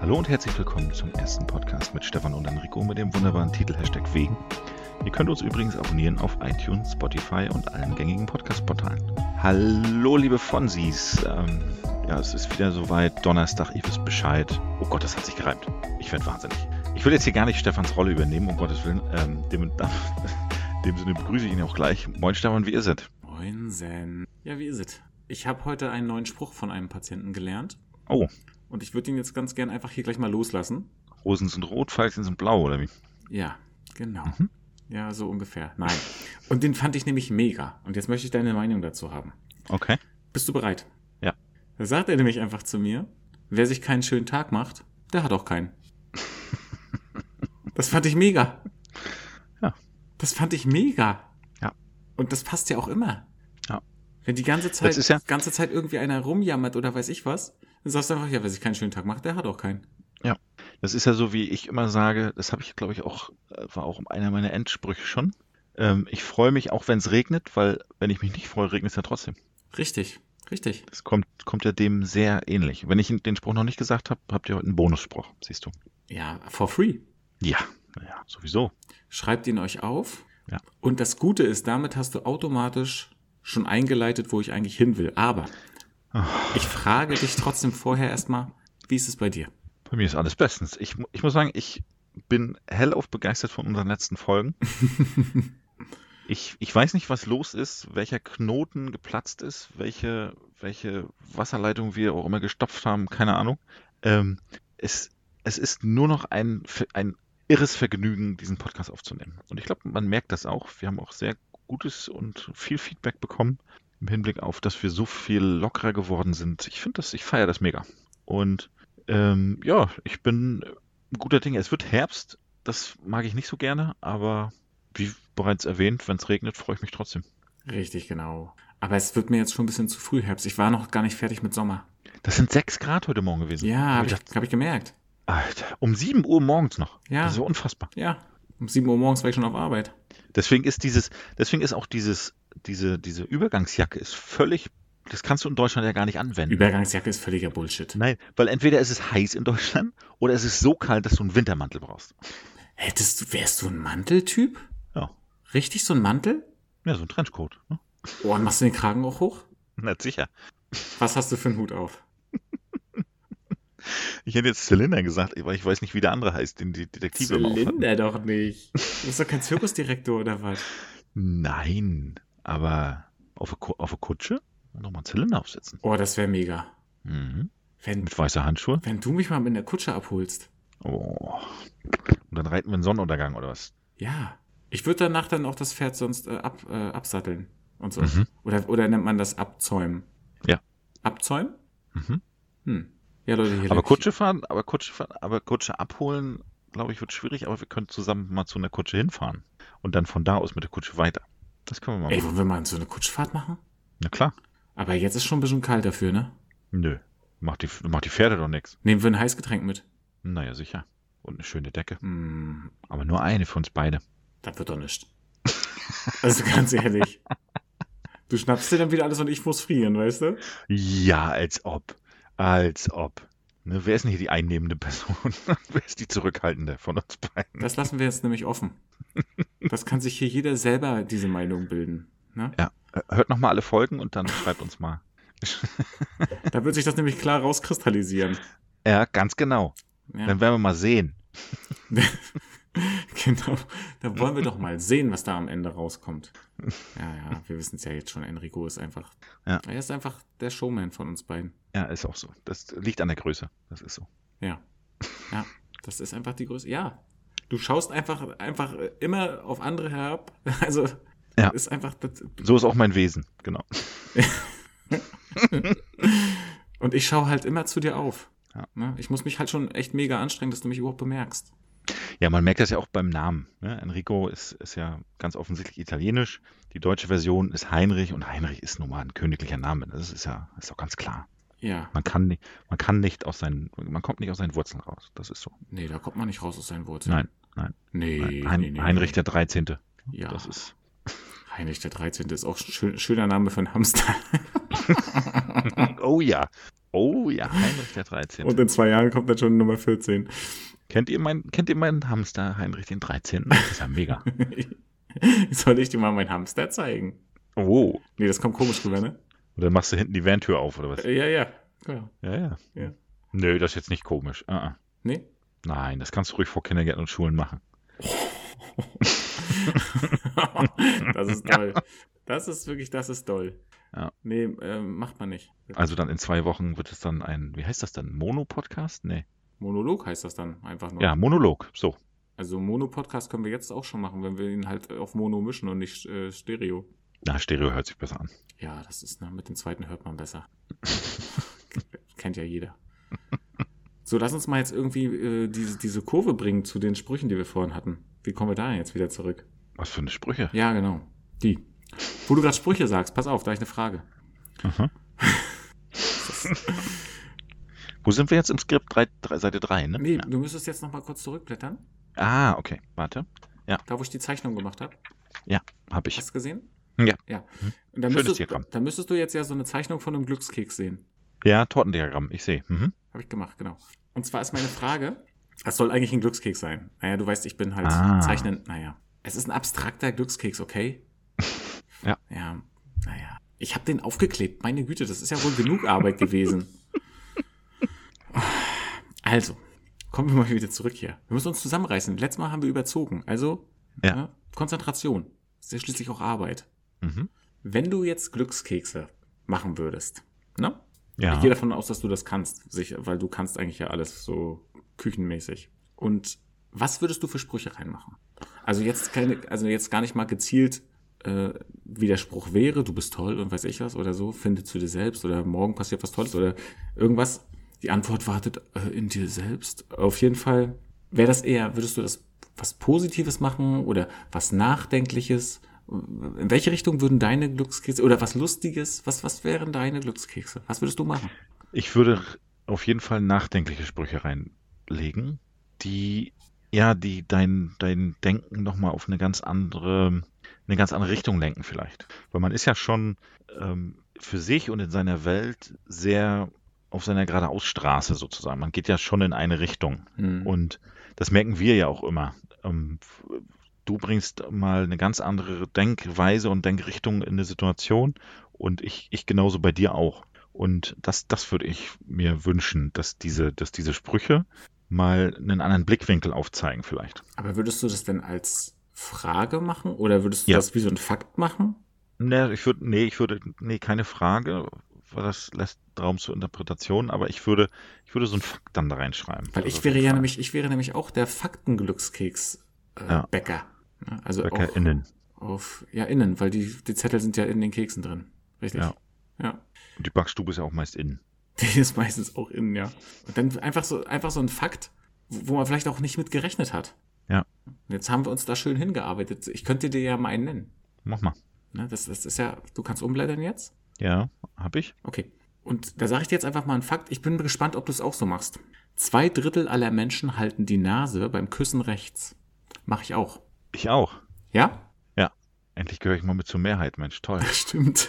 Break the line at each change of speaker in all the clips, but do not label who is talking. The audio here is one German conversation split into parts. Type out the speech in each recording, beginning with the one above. Hallo und herzlich willkommen zum ersten Podcast mit Stefan und Enrico mit dem wunderbaren Titel Hashtag Wegen. Ihr könnt uns übrigens abonnieren auf iTunes, Spotify und allen gängigen Podcast-Portalen. Hallo, liebe Fonsis. Ähm, ja, es ist wieder soweit. Donnerstag, ihr wisst Bescheid. Oh Gott, das hat sich gereimt. Ich werde wahnsinnig. Ich will jetzt hier gar nicht Stefans Rolle übernehmen, um Gottes Willen. Ähm, dem, in dem Sinne begrüße ich ihn auch gleich. Moin, Stefan, wie ihr seid.
Moin, Sen. Ja, wie ihr seid. Ich habe heute einen neuen Spruch von einem Patienten gelernt.
Oh,
Und ich würde ihn jetzt ganz gern einfach hier gleich mal loslassen.
Rosen sind rot, Falken sind blau, oder wie?
Ja, genau.
Mhm.
Ja, so ungefähr. Nein. Und den fand ich nämlich mega. Und jetzt möchte ich deine Meinung dazu haben.
Okay.
Bist du bereit?
Ja.
Da sagt er nämlich einfach zu mir, wer sich keinen schönen Tag macht, der hat auch keinen. das fand ich mega.
Ja.
Das fand ich mega.
Ja.
Und das passt ja auch immer.
Ja.
Wenn die ganze Zeit,
Das ist ja-
ganze Zeit irgendwie einer rumjammert oder weiß ich was, dann sagst du einfach, ja, wer sich keinen schönen Tag macht, der hat auch keinen.
Das ist ja so, wie ich immer sage, das habe ich, glaube ich, auch, äh, war auch einer meiner Endsprüche schon. Ähm, ich freue mich, auch wenn es regnet, weil wenn ich mich nicht freue, regnet es ja trotzdem.
Richtig, richtig.
Das kommt, kommt ja dem sehr ähnlich. Wenn ich den Spruch noch nicht gesagt habe, habt ihr heute einen Bonusspruch, siehst du.
Ja, for free.
Ja, ja, sowieso.
Schreibt ihn euch auf.
Ja.
Und das Gute ist, damit hast du automatisch schon eingeleitet, wo ich eigentlich hin will. Aber
Ah.
ich frage dich trotzdem vorher erstmal, wie ist es bei dir?
Bei mir ist alles bestens. Ich, mu- ich muss sagen, ich bin hellauf begeistert von unseren letzten Folgen. ich, ich weiß nicht, was los ist, welcher Knoten geplatzt ist, welche, welche Wasserleitung wir auch immer gestopft haben, keine Ahnung. Ähm, es, es ist nur noch ein, Ver- ein irres Vergnügen, diesen Podcast aufzunehmen. Und ich glaube, man merkt das auch. Wir haben auch sehr gutes und viel Feedback bekommen im Hinblick auf, dass wir so viel lockerer geworden sind. Ich finde das, ich feiere das mega. Und ähm, ja, ich bin ein guter Ding. Es wird Herbst, das mag ich nicht so gerne, aber wie bereits erwähnt, wenn es regnet, freue ich mich trotzdem.
Richtig, genau. Aber es wird mir jetzt schon ein bisschen zu früh Herbst. Ich war noch gar nicht fertig mit Sommer.
Das sind 6 Grad heute Morgen gewesen.
Ja,
Hab
habe
ich
ich,
gedacht,
hab ich gemerkt.
Alter, um 7 Uhr morgens noch.
Ja.
Das ist so unfassbar.
Ja, um 7 Uhr morgens war ich schon auf Arbeit.
Deswegen ist dieses, deswegen ist auch dieses, diese, diese Übergangsjacke ist völlig, das kannst du in Deutschland ja gar nicht anwenden.
Übergangsjacke ist völliger Bullshit.
Nein, weil entweder ist es heiß in Deutschland oder es ist so kalt, dass du einen Wintermantel brauchst.
Hättest du, wärst du ein Manteltyp?
Ja,
Richtig so ein Mantel?
ja so ein Trenchcoat. Ne?
Oh, und machst du den Kragen auch hoch?
Na sicher.
Was hast du für einen Hut auf?
Ich hätte jetzt Zylinder gesagt, weil ich weiß nicht, wie der andere heißt, den die Detektive immer aufhatten.
Zylinder doch nicht. Du bist doch kein Zirkusdirektor oder was?
Nein, aber auf eine, Ku- auf eine Kutsche nochmal einen Zylinder aufsetzen.
Oh, das wäre mega.
Mhm.
Wenn,
Mit weißer Handschuhe.
wenn du mich mal in der Kutsche abholst.
Oh. Und dann reiten wir einen Sonnenuntergang oder was?
Ja. Ich würde danach dann auch das Pferd sonst äh, ab, äh, absatteln und so.
Mhm.
Oder, oder nennt man das Abzäumen?
Ja.
Abzäumen?
Mhm.
Hm. Ja, Leute, hier
Aber
liegt-
Kutsche fahren, aber Kutsche fahren, aber Kutsche abholen, glaube ich, wird schwierig, aber wir können zusammen mal zu einer Kutsche hinfahren. Und dann von da aus mit der Kutsche weiter. Das können wir mal
Ey,
machen.
wollen wir mal so eine Kutschfahrt machen?
Na klar.
Aber jetzt ist schon ein bisschen kalt dafür, ne?
Nö. Macht die, macht die Pferde doch nichts.
Nehmen wir ein Heißgetränk mit.
Naja, sicher. Und eine schöne Decke.
Hm,
Aber nur eine für uns beide.
das wird doch nicht. Also ganz ehrlich. Du schnappst dir dann wieder alles und ich muss frieren, weißt du?
Ja, als ob. Als ob. Ne, wer ist denn hier die einnehmende Person? wer ist die zurückhaltende von uns beiden?
Das lassen wir jetzt nämlich offen. Das kann sich hier jeder selber diese Meinung bilden. Ne?
Ja, hört nochmal alle Folgen und dann schreibt uns mal.
Da wird sich das nämlich klar rauskristallisieren.
Ja, ganz genau.
Ja.
Dann werden wir mal sehen.
genau. Da wollen wir doch mal sehen, was da am Ende rauskommt. Ja, ja, wir wissen es ja jetzt schon. Enrico ist einfach.
Ja.
Er ist einfach der Showman von uns beiden.
Ja, ist auch so. Das liegt an der Größe. Das ist so.
Ja. Ja, das ist einfach die Größe. Ja. Du schaust einfach, einfach immer auf andere herab. Also,
Ja.
ist einfach. Das,
So ist auch mein Wesen. Genau.
und ich schaue halt immer zu dir auf.
Ja.
Ne? Ich muss mich halt schon echt mega anstrengen, dass du mich überhaupt bemerkst.
Ja, man merkt das ja auch beim Namen. Ne? Enrico ist, ist ja ganz offensichtlich italienisch. Die deutsche Version ist Heinrich und Heinrich ist nun mal ein königlicher Name. Das ist ja ist doch ganz klar.
Ja.
Man kann nicht, man kann nicht aus seinen, man kommt nicht aus seinen Wurzeln raus. Das ist so.
Nee, da kommt man nicht raus aus seinen Wurzeln.
Nein, nein.
Nee,
Nein, Hein-
nee, nee,
Heinrich der 13.
nee. Ja,
Das ist.
Heinrich der 13. ist auch ein schön, schöner Name für einen Hamster.
Oh ja. Oh ja, Heinrich der 13.
Und in zwei Jahren kommt dann schon Nummer 14.
Kennt ihr meinen, kennt ihr meinen Hamster Heinrich den 13.? Das ist ja mega.
Soll ich dir mal meinen Hamster zeigen?
Oh.
Nee, das kommt komisch rüber, ne?
Oder machst du hinten die Vantür auf oder was?
Äh, Ja, ja. ja.
Ja, ja.
Ja.
Nö, das ist jetzt nicht komisch. Ah, ah.
Nee?
Nein, das kannst du ruhig vor Kindergärten und Schulen machen.
das ist toll. Das ist wirklich, das ist toll.
Ja.
Nee, ähm, macht man nicht.
Also dann in zwei Wochen wird es dann ein, wie heißt das dann? Mono-Podcast? Nee.
Monolog heißt das dann einfach nur.
Ja, Monolog. So.
Also Mono-Podcast können wir jetzt auch schon machen, wenn wir ihn halt auf Mono mischen und nicht äh, Stereo.
Na, Stereo hört sich besser an.
Ja, das ist, ne, mit dem zweiten hört man besser. Kennt ja jeder. So, lass uns mal jetzt irgendwie äh, diese, diese Kurve bringen zu den Sprüchen, die wir vorhin hatten. Wie kommen wir da denn jetzt wieder zurück?
Was für eine Sprüche.
Ja, genau. Die. Wo du gerade Sprüche sagst, pass auf, da habe ich eine Frage.
Mhm. Wo sind wir jetzt im Skript? Drei, drei, Seite 3, ne?
Nee,
Ja.
du müsstest jetzt nochmal kurz zurückblättern,
Ah, okay. Warte.
da wo ich die Zeichnung gemacht habe.
Hab ich.
Hast du gesehen?
Ja.
ja. Und dann,
Schönes
müsstest,
Diagramm.
dann müsstest du jetzt ja so eine Zeichnung von einem Glückskeks sehen.
Ja, Tortendiagramm. Ich sehe. Mhm.
Habe ich gemacht, genau. Und zwar ist meine Frage, das soll eigentlich ein Glückskeks sein. Naja, du weißt, ich bin halt
Ah.
zeichnen, naja. Es ist ein abstrakter Glückskeks, okay?
Ja.
Ja, naja. Ich habe den aufgeklebt, meine Güte, das ist ja wohl genug Arbeit gewesen. Also, kommen wir mal wieder zurück hier. Wir müssen uns zusammenreißen. Letztes Mal haben wir überzogen. Also,
Ja.
ne, Konzentration. Das ist ja schließlich auch Arbeit.
Mhm.
Wenn du jetzt Glückskekse machen würdest, ne?
Ja.
Ich gehe davon aus, dass du das kannst, sich, weil du kannst eigentlich ja alles so küchenmäßig. Und was würdest du für Sprüche reinmachen? Also jetzt keine, also jetzt gar nicht mal gezielt, äh, wie der Spruch wäre, du bist toll und weiß ich was oder so, finde zu dir selbst oder morgen passiert was Tolles oder irgendwas. Die Antwort wartet äh, in dir selbst. Auf jeden Fall wäre das eher, würdest du das was Positives machen oder was Nachdenkliches? In welche Richtung würden deine Glückskekse oder was Lustiges? Was, was wären deine Glückskekse? Was würdest du machen?
Ich würde auf jeden Fall nachdenkliche Sprüche reinlegen, die ja, die dein, dein Denken nochmal auf eine ganz andere, eine ganz andere Richtung lenken vielleicht. Weil man ist ja schon ähm, für sich und in seiner Welt sehr auf seiner geradeausstraße sozusagen. Man geht ja schon in eine Richtung.
Hm.
Und das merken wir ja auch immer. Ähm, f- du bringst mal eine ganz andere Denkweise und Denkrichtung in eine Situation und ich, ich genauso bei dir auch. Und das, das würde ich mir wünschen, dass diese, dass diese Sprüche mal einen anderen Blickwinkel aufzeigen vielleicht.
Aber würdest du das denn als Frage machen oder würdest du
Ja.
das wie so ein Fakt machen?
Nee, ich würde, nee, ich würde, nee, keine Frage, weil das lässt Raum zur Interpretation, aber ich würde, ich würde so einen Fakt dann da reinschreiben.
Weil
Also
ich wäre ja
Fakt-
nämlich, ich wäre nämlich auch der Faktenglückskeks äh,
Ja.
Bäcker. Ne? Also auch
BäckerInnen.
auf ja innen, weil die, die Zettel sind ja in den Keksen drin. Richtig.
Ja.
ja.
Und die Backstube ist ja auch meist innen.
Die ist meistens auch innen, ja. Und dann einfach so, einfach so ein Fakt, wo wo man vielleicht auch nicht mit gerechnet hat.
Ja.
Und jetzt haben wir uns da schön hingearbeitet. Ich könnte dir ja mal einen nennen.
Mach mal.
Ne? Das, das ist ja, du kannst umblättern jetzt?
Ja, hab ich.
Okay. Und da sage ich dir jetzt einfach mal einen Fakt. Ich bin gespannt, ob du es auch so machst. Zwei Drittel aller Menschen halten die Nase beim Küssen rechts. Mache ich auch.
Ich auch.
Ja?
Endlich gehöre ich mal mit zur Mehrheit, Mensch, toll.
Stimmt.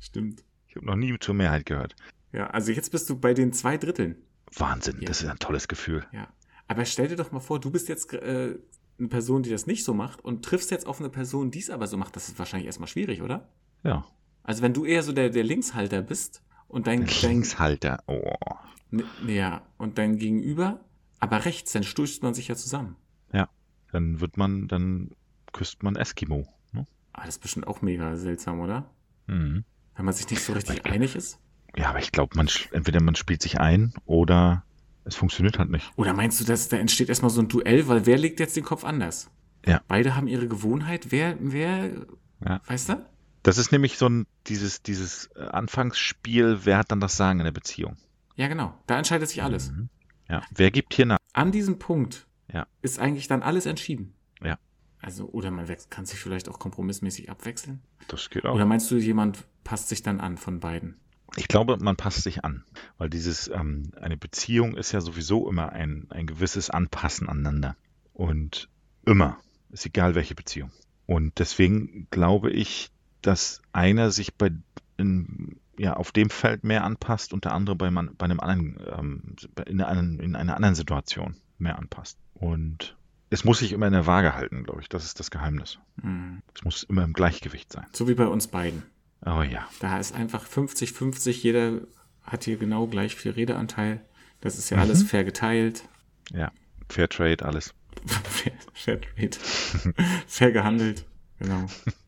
Stimmt.
Ich habe noch nie zur Mehrheit gehört.
Ja, also jetzt bist du bei den zwei Dritteln.
Wahnsinn,
Ja.
das ist ein tolles Gefühl.
Ja. Aber stell dir doch mal vor, du bist jetzt äh, eine Person, die das nicht so macht und triffst jetzt auf eine Person, die es aber so macht. Das ist wahrscheinlich erstmal schwierig, oder?
Ja.
Also wenn du eher so der, der Linkshalter bist und dein,
Der
dein,
Linkshalter. Oh.
N- Ja, und dein Gegenüber, aber rechts, dann stößt man sich ja zusammen.
Dann wird man, dann küsst man Eskimo. Ne?
Aber Ah, das ist bestimmt auch mega seltsam, oder?
Mhm.
Wenn man sich nicht so richtig einig ist.
Ja, aber ich glaube, man sch- entweder man spielt sich ein oder es funktioniert halt nicht.
Oder meinst du, dass da entsteht erstmal so ein Duell, weil wer legt jetzt den Kopf anders?
Ja.
Beide haben ihre Gewohnheit, wer, wer,
Ja.
weißt du?
Das ist nämlich so ein dieses dieses äh, Anfangsspiel, wer hat dann das Sagen in der Beziehung?
Ja, genau. Da entscheidet sich alles.
Mhm. Ja. Wer gibt hier nach?
An diesem Punkt
Ja.
ist eigentlich dann alles entschieden.
Ja.
Also, oder man wechs- kann sich vielleicht auch kompromissmäßig abwechseln.
Das geht auch.
Oder meinst du, jemand passt sich dann an von beiden?
Ich glaube, man passt sich an, weil dieses ähm, eine Beziehung ist ja sowieso immer ein, ein gewisses Anpassen aneinander und immer ist egal welche Beziehung und deswegen glaube ich, dass einer sich bei in in, ja, auf dem Feld mehr anpasst und der andere bei, man, bei einem anderen, ähm, in, einem, in einer anderen Situation mehr anpasst. Und es muss sich immer in der Waage halten, glaube ich. Das ist das Geheimnis.
Mhm.
Es muss immer im Gleichgewicht sein.
So wie bei uns beiden.
Oh ja.
Da ist einfach 50-50, jeder hat hier genau gleich viel Redeanteil. Das ist ja
Mhm.
alles fair geteilt,
Ja. Fair Trade, alles.
fair, fair trade, fair gehandelt. Genau.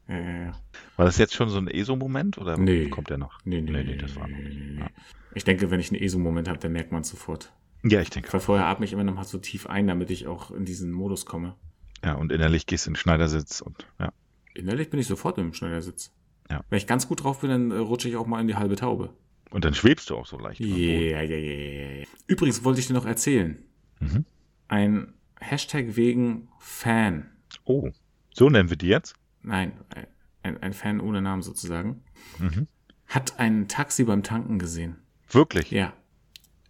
Ja, ja, ja.
War das jetzt schon so ein ESO-Moment oder
Nee.
kommt der noch?
Nee, nee, nee, nee,
das war noch. Ja.
Ich denke, wenn ich einen ESO-Moment habe, dann merkt man es sofort.
ja, ich denke.
Weil vorher atme ich immer noch mal so tief ein, damit ich auch in diesen Modus komme.
Ja, und innerlich gehst du in den Schneidersitz und ja.
Innerlich bin ich sofort im Schneidersitz.
Ja.
Wenn ich ganz gut drauf bin, dann äh, rutsche ich auch mal in die halbe Taube.
Und dann schwebst du auch so leicht. über den Boden.
Ja, ja, ja, ja, ja. Übrigens wollte ich dir noch erzählen.
Mhm.
Ein Hashtag wegen Fan.
Oh, so nennen wir die jetzt.
Nein, ein- ein, ein Fan ohne Namen sozusagen.
Mhm.
Hat ein Taxi beim Tanken gesehen.
Wirklich?
Ja.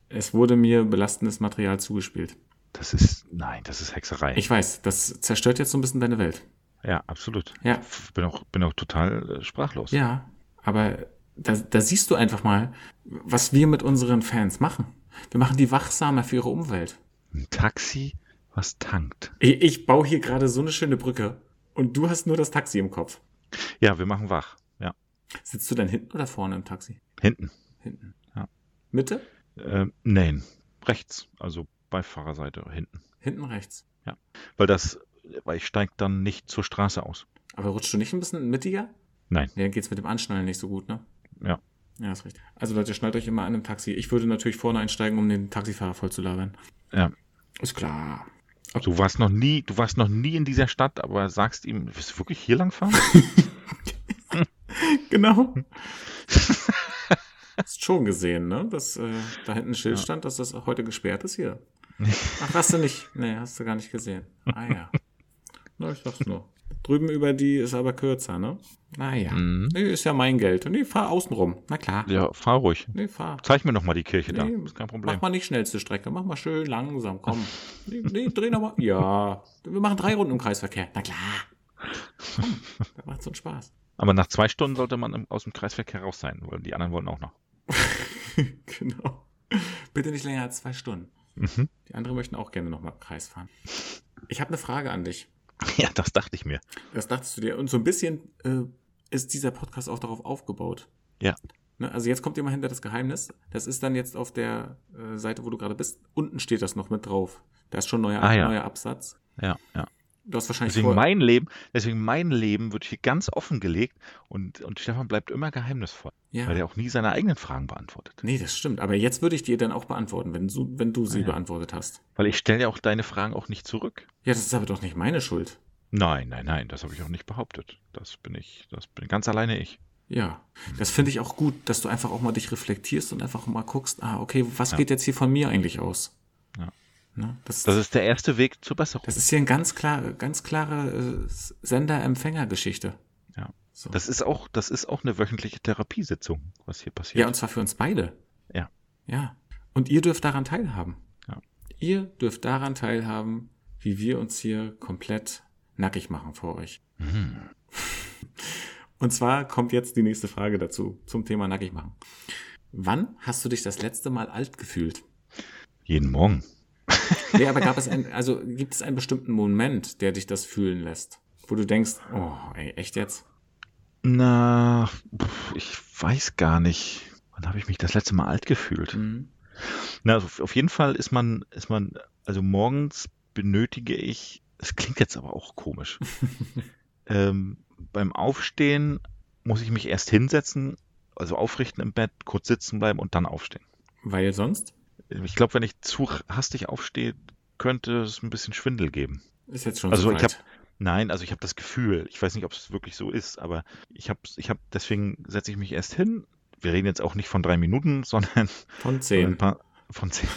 Es wurde mir belastendes Material zugespielt.
Das ist, nein, das ist Hexerei.
Ich weiß, das zerstört jetzt so ein bisschen deine Welt.
ja, absolut.
Ja.
Ich bin auch, bin auch total äh, sprachlos.
Ja, aber da, da siehst du einfach mal, was wir mit unseren Fans machen. Wir machen die wachsamer für ihre Umwelt.
Ein Taxi, was tankt.
Ich, ich baue hier gerade so eine schöne Brücke und du hast nur das Taxi im Kopf.
Ja, wir machen wach. Ja,
Sitzt du dann hinten oder vorne im Taxi?
hinten.
Hinten.
Ja.
Mitte?
Ähm, nein, rechts, also Beifahrerseite hinten.
Hinten rechts.
Weil das, weil ich steig dann nicht zur Straße aus.
Aber rutschst du nicht ein bisschen mittiger?
Nein.
Nee, dann geht's mit dem Anschnallen nicht so gut, ne?
Ja.
Ja, ist richtig. Also Leute, schnallt euch immer an im Taxi. Ich würde natürlich vorne einsteigen, um den Taxifahrer voll zu labern.
Ja.
Ist klar.
Du warst noch nie, du warst noch nie in dieser Stadt, aber sagst ihm, willst du wirklich hier lang fahren?
Genau. Hast schon gesehen, ne? Dass äh, da hinten ein Schild
Ja.
stand, dass das heute gesperrt ist hier. Ach, hast du nicht? Nee, hast du gar nicht gesehen. Ah ja. Na, ich sag's nur. Drüben über die ist aber kürzer, ne? Naja.
Mhm.
Nee, ist ja mein Geld. Nee, fahr außen rum. Na klar.
ja, fahr ruhig.
Nee, fahr.
Zeig mir noch mal die Kirche da.
Nee,
Ist kein Problem.
Mach mal nicht schnellste Strecke. Mach mal schön langsam. Komm. Nee, nee dreh nochmal. Ja. Wir machen drei Runden im Kreisverkehr. Na klar. Komm. Das macht so einen Spaß.
Aber nach zwei Stunden sollte man im- aus dem Kreisverkehr raus sein, weil die anderen wollen auch noch.
genau. Bitte nicht länger als zwei Stunden.
Mhm.
Die anderen möchten auch gerne nochmal im Kreis fahren. Ich habe eine Frage an dich.
Ja, das dachte ich mir.
Das dachtest du dir. Und so ein bisschen äh, ist dieser Podcast auch darauf aufgebaut.
Ja.
Ne, also jetzt kommt ihr mal hinter das Geheimnis. Das ist dann jetzt auf der äh, Seite, wo du gerade bist. Unten steht das noch mit drauf. Da ist schon neuer,
Ah, ja.
neuer Absatz.
Ja, ja.
Du hast wahrscheinlich
Deswegen
vor-
mein Leben, deswegen mein Leben wird hier ganz offen gelegt und, und Stefan bleibt immer geheimnisvoll,
ja.
weil er auch nie seine eigenen Fragen beantwortet.
Nee, das stimmt. Aber jetzt würde ich dir dann auch beantworten, wenn du, wenn du sie
Ah, ja.
beantwortet hast.
Weil ich stelle ja auch deine Fragen auch nicht zurück.
Ja, das ist aber doch nicht meine Schuld.
Nein, nein, nein, das habe ich auch nicht behauptet. Das bin ich, das bin ganz alleine ich.
Ja, das finde ich auch gut, dass du einfach auch mal dich reflektierst und einfach mal guckst, ah, okay, was
Ja.
geht jetzt hier von mir eigentlich aus?
Ja.
Ne? Das,
Das
das,
ist der erste Weg zur Besserung. Das ist,
ist hier eine ganz klare, ganz klare äh, Sender-Empfänger-Geschichte.
Ja.
So.
auch, das ist auch eine wöchentliche Therapiesitzung, was hier passiert.
ja, und zwar für uns beide.
Ja.
Ja. Und ihr dürft daran teilhaben.
Ja.
Ihr dürft daran teilhaben, wie wir uns hier komplett nackig machen vor euch.
Hm.
Und zwar kommt jetzt die nächste Frage dazu, zum Thema nackig machen. Wann hast du dich das letzte Mal alt gefühlt?
Jeden Morgen.
Nee, aber gab es ein, also gibt es einen bestimmten Moment, der dich das fühlen lässt, wo du denkst, oh, ey, echt jetzt?
Na, pf, ich weiß gar nicht. Wann habe ich mich das letzte Mal alt
Hm.
gefühlt? Na, also auf jeden Fall ist man, ist man, also morgens benötige ich, es klingt jetzt aber auch komisch. ähm, beim Aufstehen muss ich mich erst hinsetzen, also aufrichten im Bett, kurz sitzen bleiben und dann aufstehen.
Weil sonst
Ich glaube, wenn ich zu hastig aufstehe, könnte es ein bisschen Schwindel geben.
ist jetzt schon
Also
soweit.
ich hab- Nein, also ich habe das Gefühl, ich weiß nicht, ob es wirklich so ist, aber ich habe, ich hab, deswegen setze ich mich erst hin. Wir reden jetzt auch nicht von drei Minuten, sondern
von
sondern
zehn.
ein paar von zehn,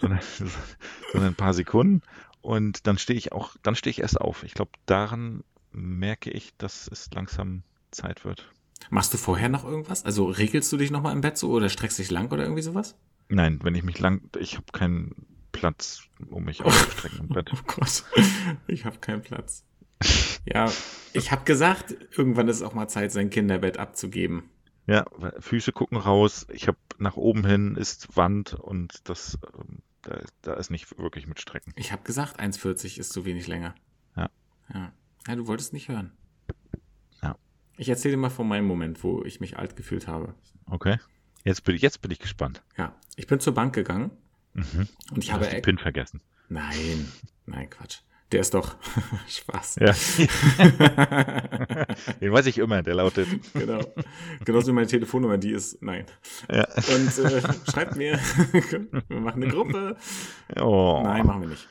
sondern, sondern ein paar Sekunden. Und dann stehe ich auch, dann stehe ich erst auf. Ich glaube, daran merke ich, dass es langsam Zeit wird.
Machst du vorher noch irgendwas? Also regelst du dich nochmal im Bett so oder streckst dich lang oder irgendwie sowas?
Nein, wenn ich mich lang, ich habe keinen Platz, um mich auszustrecken im Bett.
Oh Gott, ich habe keinen Platz. Ja, ich habe gesagt, irgendwann ist auch mal Zeit, sein Kinderbett abzugeben.
Ja, Füße gucken raus, ich habe nach oben hin ist Wand und das, ähm, da, da ist nicht wirklich mit Strecken.
Ich habe gesagt, 1,40 ist zu wenig länger.
Ja.
ja. Ja, du wolltest nicht hören.
Ja.
Ich erzähle dir mal von meinem Moment, wo ich mich alt gefühlt habe.
Okay. Jetzt bin ich, jetzt bin ich gespannt.
Ja, ich bin zur Bank gegangen
Mhm.
und ich
Du
habe
hast den PIN vergessen.
Nein, nein, Quatsch. Der ist doch Spaß.
Ja. Den weiß ich immer, der lautet.
genau. Genauso wie meine Telefonnummer, die ist nein.
Ja.
Und äh, schreibt mir, wir machen eine Gruppe.
Oh,
Nein, machen wir nicht.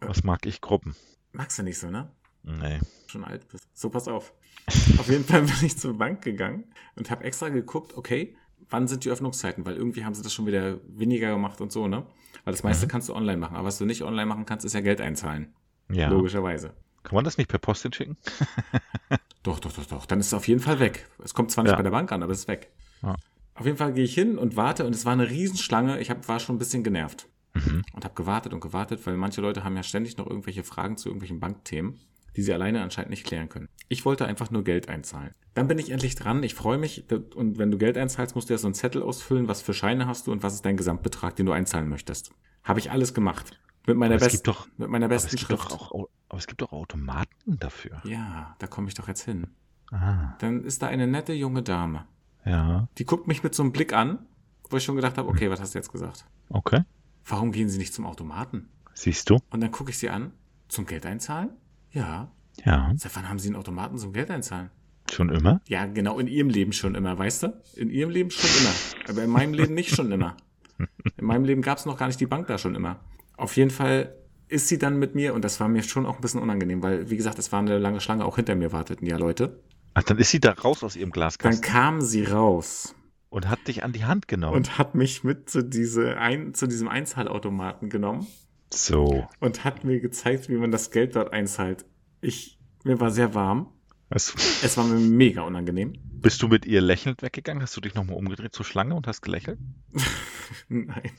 was mag ich Gruppen?
Magst du nicht so, ne?
Nee.
Schon alt bist. So, pass auf. Auf jeden Fall bin ich zur Bank gegangen und habe extra geguckt, okay, wann sind die Öffnungszeiten? Weil irgendwie haben sie das schon wieder weniger gemacht und so, ne? Weil das meiste kannst du online machen. Aber was du nicht online machen kannst, ist ja Geld einzahlen.
Ja.
Logischerweise.
Kann man das nicht per Post hinschicken?
Doch, doch, doch, doch. Dann ist es auf jeden Fall weg. Es kommt zwar nicht
Ja.
bei der Bank an, aber es ist weg.
Ja.
Auf jeden Fall gehe ich hin und warte und es war eine Riesenschlange. Ich hab, war schon ein bisschen genervt
Mhm.
und habe gewartet und gewartet, weil manche Leute haben ja ständig noch irgendwelche Fragen zu irgendwelchen Bankthemen, die sie alleine anscheinend nicht klären können. Ich wollte einfach nur Geld einzahlen. Dann bin ich endlich dran. Ich freue mich. Und wenn du Geld einzahlst, musst du ja so einen Zettel ausfüllen, was für Scheine hast du und was ist dein Gesamtbetrag, den du einzahlen möchtest. Habe ich alles gemacht. Mit meiner,
Aber es
besten,
gibt doch,
mit meiner
aber es
besten
gibt doch
Schrift.
auch, Au- aber es gibt doch Automaten dafür.
Ja, da komme ich doch jetzt hin.
Ah,
Dann ist da eine nette junge Dame.
ja.
Die guckt mich mit so einem Blick an, wo ich schon gedacht habe, okay, was hast du jetzt gesagt?
Okay.
Warum gehen Sie nicht zum Automaten?
Siehst du?
Und dann gucke ich sie an, zum Geld einzahlen? Ja.
Ja.
Seit wann haben Sie einen Automaten zum Geld einzahlen?
Schon immer?
Ja, genau, in Ihrem Leben schon immer, weißt du? In Ihrem Leben schon immer. Aber in meinem Leben nicht schon immer. In meinem Leben gab es noch gar nicht die Bank da schon immer. Auf jeden Fall ist sie dann mit mir, und das war mir schon auch ein bisschen unangenehm, weil, wie gesagt, es war eine lange Schlange, auch hinter mir warteten ja Leute.
Ach, dann ist sie da raus aus ihrem
Dann
Glaskasten
kam sie raus.
und hat dich an die Hand genommen.
und hat mich mit zu, diese ein, zu diesem Einzahlautomaten genommen
so.
und hat mir gezeigt, wie man das Geld dort einzahlt. Ich, mir war sehr warm.
Was,
Es war mir mega unangenehm.
bist du mit ihr lächelnd weggegangen? Hast du dich nochmal umgedreht zur Schlange und hast gelächelt?
Nein.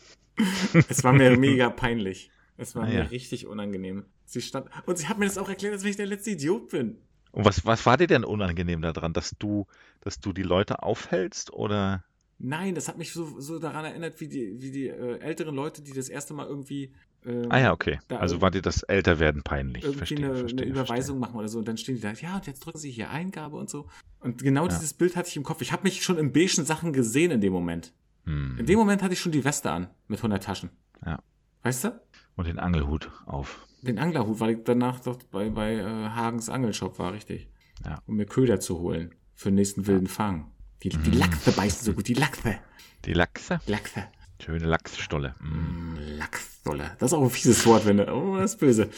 Es war mir mega peinlich. Es war
Ah,
mir
ja.
richtig unangenehm. Sie stand, und sie hat mir das auch erklärt, als wenn ich der letzte Idiot bin.
Und was, was war dir denn unangenehm daran, dass du, dass du die Leute aufhältst oder?
Nein, das hat mich so, so daran erinnert, wie die, wie die äh, älteren Leute, die das erste Mal irgendwie, äh,
Ah ja, okay.
Da-
also war dir das Älterwerden peinlich.
irgendwie
Verstehe,
eine,
verstehe,
eine Überweisung machen oder so. Und dann stehen die da, ja, und jetzt drücken sie hier Eingabe und so. Und genau
Ja.
dieses Bild hatte ich im Kopf. Ich habe mich schon in beigen Sachen gesehen in dem Moment.
Verstehe. Hm.
In dem Moment hatte ich schon die Weste an mit 100 Taschen.
Ja.
Weißt du?
Und den Angelhut auf.
Den Anglerhut, weil ich danach doch bei, bei äh, Hagens Angelshop war, richtig.
Ja.
Um mir Köder zu holen für den nächsten wilden Fang. Die, die
Mhm.
Lachse beißen so gut, die Lachse.
Die Lachse.
Lachse.
Schöne Lachsstolle. Mm.
Mm, Lachsdolle. Das ist auch ein fieses Wort, wenn du. Oh, das ist böse.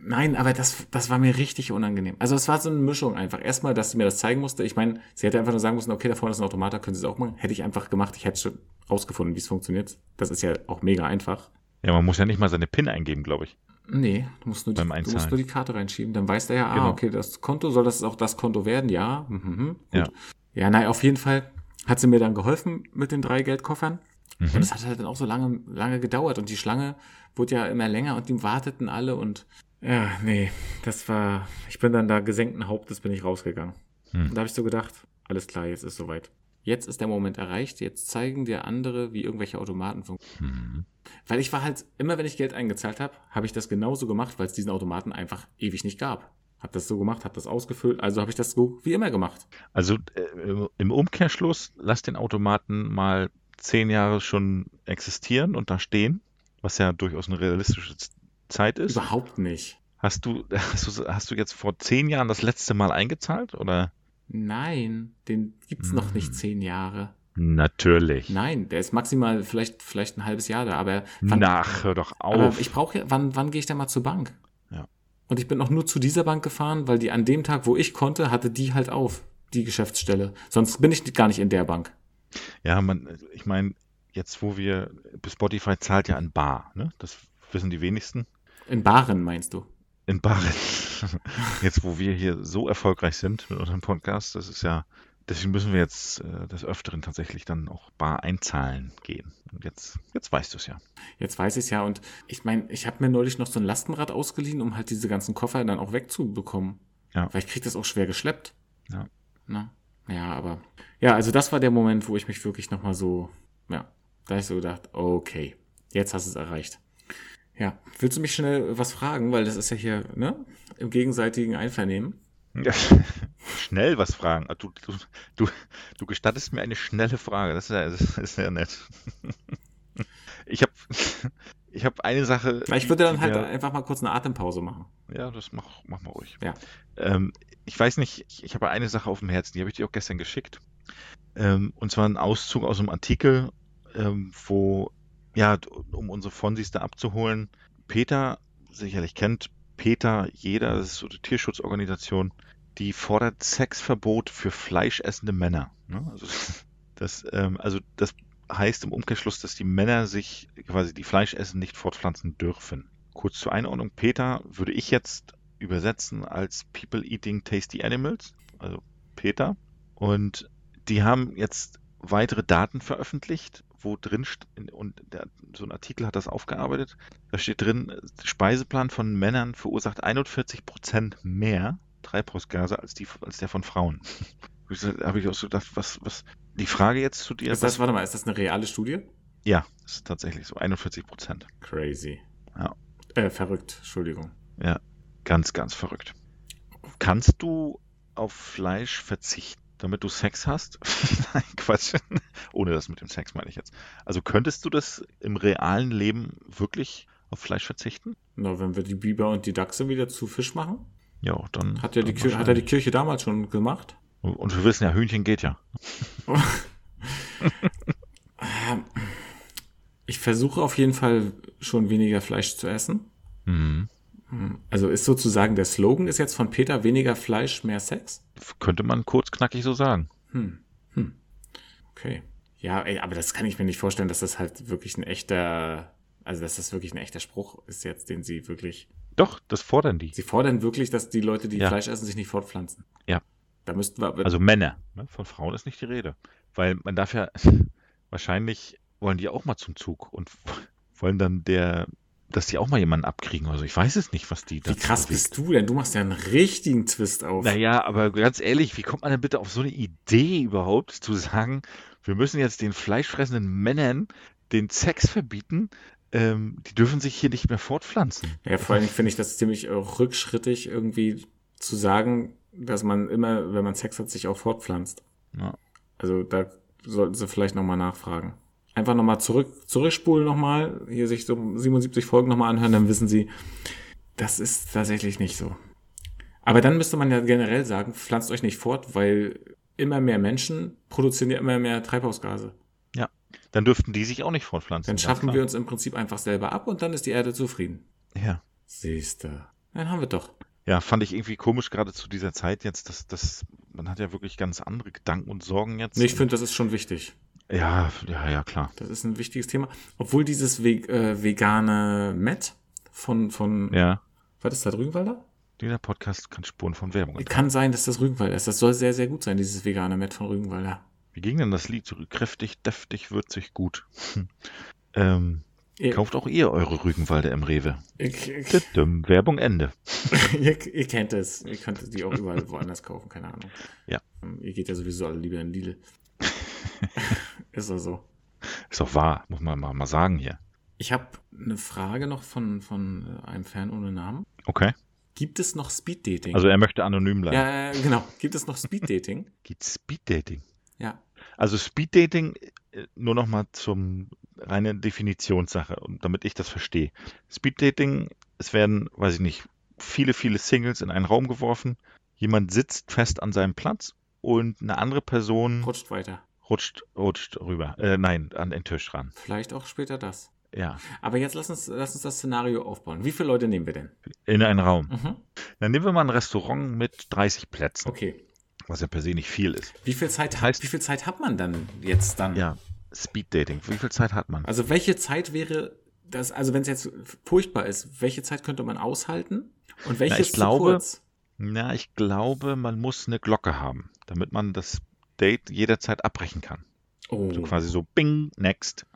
Nein, aber das, das war mir richtig unangenehm. Also es war so eine Mischung einfach. Erstmal, dass sie mir das zeigen musste. Ich meine, sie hätte einfach nur sagen müssen, okay, da vorne ist ein Automat, da können sie es auch machen. Hätte ich einfach gemacht, ich hätte schon rausgefunden, wie es funktioniert. Das ist ja auch mega einfach.
Ja, man muss ja nicht mal seine PIN eingeben, glaube ich.
Nee, du musst, nur die,
Beim
du musst
Einzahlen.
nur die Karte reinschieben. Dann weiß der ja, ah,
Genau.
okay, das Konto, soll das auch das Konto werden? Ja. Mhm, Mhm, gut.
Ja.
ja, nein, auf jeden Fall hat sie mir dann geholfen mit den drei Geldkoffern. Und
Mhm.
es hat halt dann auch so lange, lange gedauert und die Schlange wurde ja immer länger und die warteten alle und ja, nee, das war, ich bin dann da gesenkten Hauptes bin ich rausgegangen.
Hm.
Und da habe ich so gedacht, alles klar, jetzt ist soweit. Jetzt ist der Moment erreicht, jetzt zeigen dir andere, wie irgendwelche Automaten funktionieren.
Mhm.
Weil ich war halt, immer wenn ich Geld eingezahlt habe, habe ich das genauso gemacht, weil es diesen Automaten einfach ewig nicht gab. Hab das so gemacht, hab das ausgefüllt, also habe ich das so wie immer gemacht.
Also äh, im Umkehrschluss, lass den Automaten mal zehn Jahre schon existieren und da stehen, was ja durchaus eine realistische Z- Zeit ist.
Überhaupt nicht.
Hast du, hast du, hast du jetzt vor zehn Jahren das letzte Mal eingezahlt oder?
Nein, den gibt's noch
Hm.
nicht zehn Jahre.
Natürlich.
Nein, der ist maximal vielleicht, vielleicht ein halbes Jahr da, aber, wann,
Nach, hör doch
aber
auf.
ich brauche ja, wann, wann gehe ich denn mal zur Bank?
Ja.
Und ich bin auch nur zu dieser Bank gefahren, weil die an dem Tag, wo ich konnte, hatte die halt auf, die Geschäftsstelle. Sonst bin ich gar nicht in der Bank.
Ja, man, ich meine, jetzt wo wir, Spotify zahlt ja an Bar, ne? Das wissen die wenigsten.
In Baren meinst du?
In Barren. Jetzt, wo wir hier so erfolgreich sind mit unserem Podcast, das ist ja, deswegen müssen wir jetzt äh, des Öfteren tatsächlich dann auch Bar einzahlen gehen. Und jetzt, jetzt weißt du es ja.
Jetzt weiß ich es ja und ich meine, ich habe mir neulich noch so ein Lastenrad ausgeliehen, um halt diese ganzen Koffer dann auch wegzubekommen.
Ja.
Weil ich krieg das auch schwer geschleppt.
Ja.
Na? Ja, aber ja, also das war der Moment, wo ich mich wirklich nochmal so, ja, da ich so gedacht, okay, jetzt hast du es erreicht. Ja, willst du mich schnell was fragen, weil das ist ja hier, ne, im gegenseitigen Einvernehmen.
Ja, schnell was fragen. Ah, Du, du, du, du gestattest mir eine schnelle Frage. Das ist ja, das ist ja nett. Ich habe ich hab eine Sache.
Ich würde dann halt einfach mal kurz eine Atempause machen.
Ja, das mach, mach mal ruhig.
Ja.
Ähm, ich weiß nicht, ich, ich habe eine Sache auf dem Herzen, die habe ich dir auch gestern geschickt. Ähm, und zwar ein Auszug aus einem Artikel, ähm, wo, ja, um unsere Fonsis da abzuholen, Peter, sicherlich kennt Peter jeder, das ist so eine Tierschutzorganisation, die fordert Sexverbot für fleischessende Männer. Ne? Also, das, ähm, also das heißt im Umkehrschluss, dass die Männer sich quasi die Fleischessen nicht fortpflanzen dürfen. Kurz zur Einordnung, Peter würde ich jetzt übersetzen als People Eating Tasty Animals, also Peter. Und die haben jetzt weitere Daten veröffentlicht, wo drin, und der, so ein Artikel hat das aufgearbeitet, da steht drin, Speiseplan von Männern verursacht 41 Prozent mehr Treibhausgase als, die, als der von Frauen. da habe ich auch so gedacht, was, was, die Frage jetzt zu dir.
Ist das, warte mal, ist das eine reale Studie?
Ja, das ist tatsächlich so, 41 Prozent.
Crazy.
Ja.
Äh, verrückt, Entschuldigung.
Ja, ganz, ganz verrückt. Kannst du auf Fleisch verzichten? damit du Sex hast? Nein, Quatsch. Ohne das mit dem Sex meine ich jetzt. Also könntest du das im realen Leben wirklich auf Fleisch verzichten?
Na, wenn wir die Biber und die Dachse wieder zu Fisch machen?
Ja, dann.
Hat ja die, Kirche, hat ja die Kirche damals schon gemacht.
Und wir wissen ja, Hühnchen geht ja.
Ähm, ich versuche auf jeden Fall schon weniger Fleisch zu essen.
Mhm.
Also ist sozusagen der Slogan ist jetzt von Peter weniger Fleisch, mehr Sex?
Könnte man kurz knackig so sagen.
Hm. Hm. Okay. Ja, ey, aber das kann ich mir nicht vorstellen, dass das halt wirklich ein echter, also dass das wirklich ein echter Spruch ist jetzt, den sie wirklich.
Doch, das fordern die.
Sie fordern wirklich, dass die Leute, die ja. Fleisch essen, sich nicht fortpflanzen.
Ja.
Da müssten wir.
Also Männer. Ne? Von Frauen ist nicht die Rede. Weil man darf ja, wahrscheinlich wollen die auch mal zum Zug und wollen dann der, dass die auch mal jemanden abkriegen. Also ich weiß es nicht, was die
da. Wie krass bewegt. bist du denn? Du machst ja einen richtigen Twist auf.
Naja, aber ganz ehrlich, wie kommt man denn bitte auf so eine Idee überhaupt, zu sagen, wir müssen jetzt den fleischfressenden Männern den Sex verbieten? Ähm, die dürfen sich hier nicht mehr fortpflanzen.
Ja, vor allem finde ich das ziemlich äh, rückschrittig, irgendwie zu sagen, dass man immer, wenn man Sex hat, sich auch fortpflanzt.
Ja.
Also da sollten sie vielleicht nochmal nachfragen einfach nochmal zurück, zurückspulen nochmal, hier sich so 77 Folgen nochmal anhören, dann wissen sie, das ist tatsächlich nicht so. Aber dann müsste man ja generell sagen, pflanzt euch nicht fort, weil immer mehr Menschen produzieren ja immer mehr Treibhausgase.
Ja, dann dürften die sich auch nicht fortpflanzen.
Dann schaffen wir uns im Prinzip einfach selber ab und dann ist die Erde zufrieden.
Ja.
Siehste. Dann haben wir doch.
Ja, fand ich irgendwie komisch gerade zu dieser Zeit jetzt, dass, dass man hat ja wirklich ganz andere Gedanken und Sorgen jetzt.
Nee, ich finde, das ist schon wichtig.
Ja, ja, ja, klar.
Das ist ein wichtiges Thema. Obwohl dieses Ve äh, vegane Met von, von
ja.
was ist das, Rügenwalder?
Dieser Podcast kann Spuren von Werbung
enthalten. Kann sein, dass das Rügenwalder ist. Das soll sehr, sehr gut sein, dieses vegane Met von Rügenwalder.
Wie ging denn das Lied zurück? Kräftig, deftig, würzig, gut. Hm. ähm, ihr, kauft auch ihr eure Rügenwalder im Rewe.
Ich, ich,
Dümm, Werbung Ende.
ihr, ihr, kennt es. Ihr könnt die auch überall woanders kaufen, keine Ahnung. Ähm,
Ja.
Ihr geht ja sowieso alle lieber in Lidl. ist doch so.
Ist doch wahr, muss man mal, mal sagen hier.
Ich habe eine Frage noch von, von einem Fan ohne Namen.
Okay.
Gibt es noch Speeddating?
Also er möchte anonym bleiben.
Ja, genau. Gibt es noch Speeddating?
Gibt Speeddating?
Ja.
Also Speeddating äh, nur noch mal zum reine Definitionssache, um, damit ich das verstehe. Speeddating, es werden, weiß ich nicht, viele, viele Singles in einen Raum geworfen. Jemand sitzt fest an seinem Platz und eine andere Person
rutscht weiter.
Rutscht, rutscht rüber. Äh, nein, an den Tisch ran.
Vielleicht auch später das.
Ja.
Aber jetzt lass uns, lass uns das Szenario aufbauen. Wie viele Leute nehmen wir denn?
In einen Raum.
Mhm.
Dann nehmen wir mal ein Restaurant mit 30 Plätzen.
Okay.
Was ja per se nicht viel ist.
Wie viel Zeit, heißt, wie viel Zeit hat man dann jetzt dann?
Ja, Speeddating. Wie viel Zeit hat man?
Also welche Zeit wäre das, also wenn es jetzt furchtbar ist, welche Zeit könnte man aushalten? Und welche
Na, ich ist glaube, kurz? Na, ich glaube, man muss eine Glocke haben, damit man das Date jederzeit abbrechen kann.
Oh.
Also quasi so Bing, next.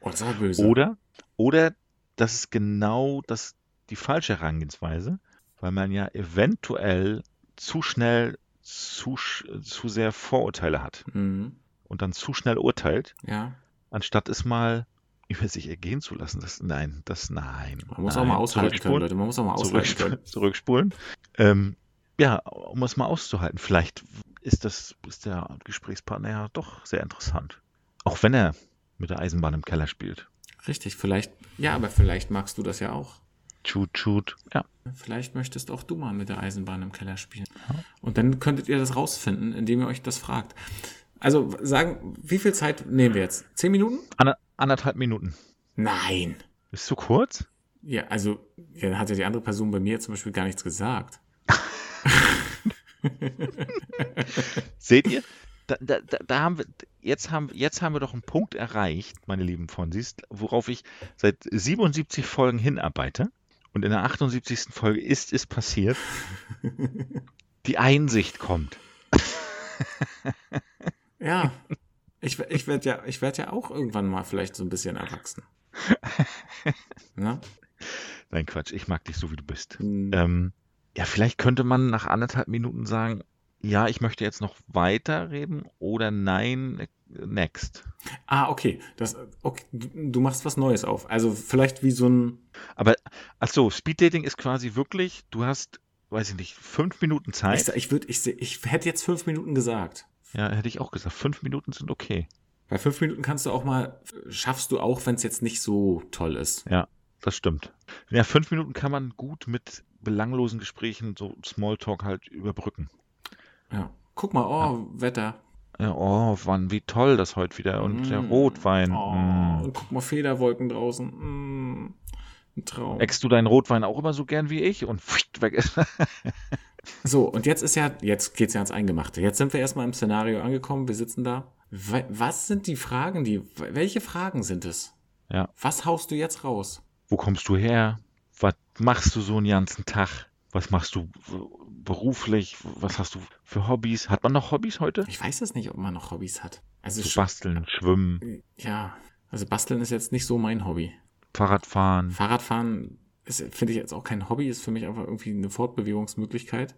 oh, das war böse.
Oder, oder das ist genau das, die falsche Herangehensweise, weil man ja eventuell zu schnell zu, sch- zu sehr Vorurteile hat
Mhm.
und dann zu schnell urteilt,
Ja.
anstatt es mal über sich ergehen zu lassen. Das, nein, das nein.
Man muss
nein. Also
auch mal aushalten können,
Zurückspulen,
Leute. Man muss auch mal aushalten können.
Zurückspulen. zurückspulen. Ähm, ja, um es mal auszuhalten. Vielleicht ist das ist der Gesprächspartner ja doch sehr interessant. Auch wenn er mit der Eisenbahn im Keller spielt.
Richtig, vielleicht. Ja, aber vielleicht magst du das ja auch.
Tschut, tschut. Ja,
Vielleicht möchtest auch du mal mit der Eisenbahn im Keller spielen. Und dann könntet ihr das rausfinden, indem ihr euch das fragt. Also sagen, wie viel Zeit nehmen wir jetzt? Zehn Minuten?
Ander, anderthalb Minuten.
Nein.
Ist zu kurz?
Ja, also ja, dann hat ja die andere Person bei mir zum Beispiel gar nichts gesagt.
Seht ihr? Da, da, da, da haben wir, jetzt, haben, jetzt haben wir doch einen Punkt erreicht, meine lieben Fonsis, worauf ich seit 77 Folgen hinarbeite. Und in der 78. Folge ist es passiert. Die Einsicht kommt.
Ja. Ich, ich werde ja, ich werd ja auch irgendwann mal vielleicht so ein bisschen erwachsen. Na?
Nein, Quatsch, ich mag dich so, wie du bist.
Hm.
Ähm, ja, vielleicht könnte man nach anderthalb Minuten sagen, ja, ich möchte jetzt noch weiterreden oder nein, next.
Ah, okay. Das, okay. Du du machst was Neues auf. Also vielleicht wie so ein.
Aber, ach so, Speeddating ist quasi wirklich, du hast, weiß ich nicht, fünf Minuten Zeit.
Ich, sa- ich, würd, ich, se- ich hätte jetzt fünf Minuten gesagt.
Ja, hätte ich auch gesagt. Fünf Minuten sind okay.
Bei fünf Minuten kannst du auch mal, schaffst du auch, wenn es jetzt nicht so toll ist.
Das stimmt. Ja, fünf Minuten kann man gut mit belanglosen Gesprächen, so Smalltalk halt überbrücken.
Ja. Guck mal, oh, Wetter.
Ja, oh, wann, wie toll das heute wieder. Und der
Mm.
Rotwein.
Oh,
Mm.
und guck mal, Federwolken draußen. Mm, ein Traum.
Eckst du deinen Rotwein auch immer so gern wie ich? Und pfft, weg ist.
so, und jetzt ist ja, jetzt geht's ja ans Eingemachte. Jetzt sind wir erstmal im Szenario angekommen, wir sitzen da. We- Was sind die Fragen, die, welche Fragen sind es?
Ja.
Was haust du jetzt raus?
Wo kommst du her? Was machst du so einen ganzen Tag? Was machst du w- beruflich? Was hast du für Hobbys? Hat man noch Hobbys heute?
Ich weiß es nicht, ob man noch Hobbys hat. Also,
So
sch-
basteln, schwimmen,
ja, also basteln ist jetzt nicht so mein Hobby.
Fahrradfahren.
Fahrradfahren ist, finde ich jetzt auch kein Hobby, ist für mich einfach irgendwie eine Fortbewegungsmöglichkeit.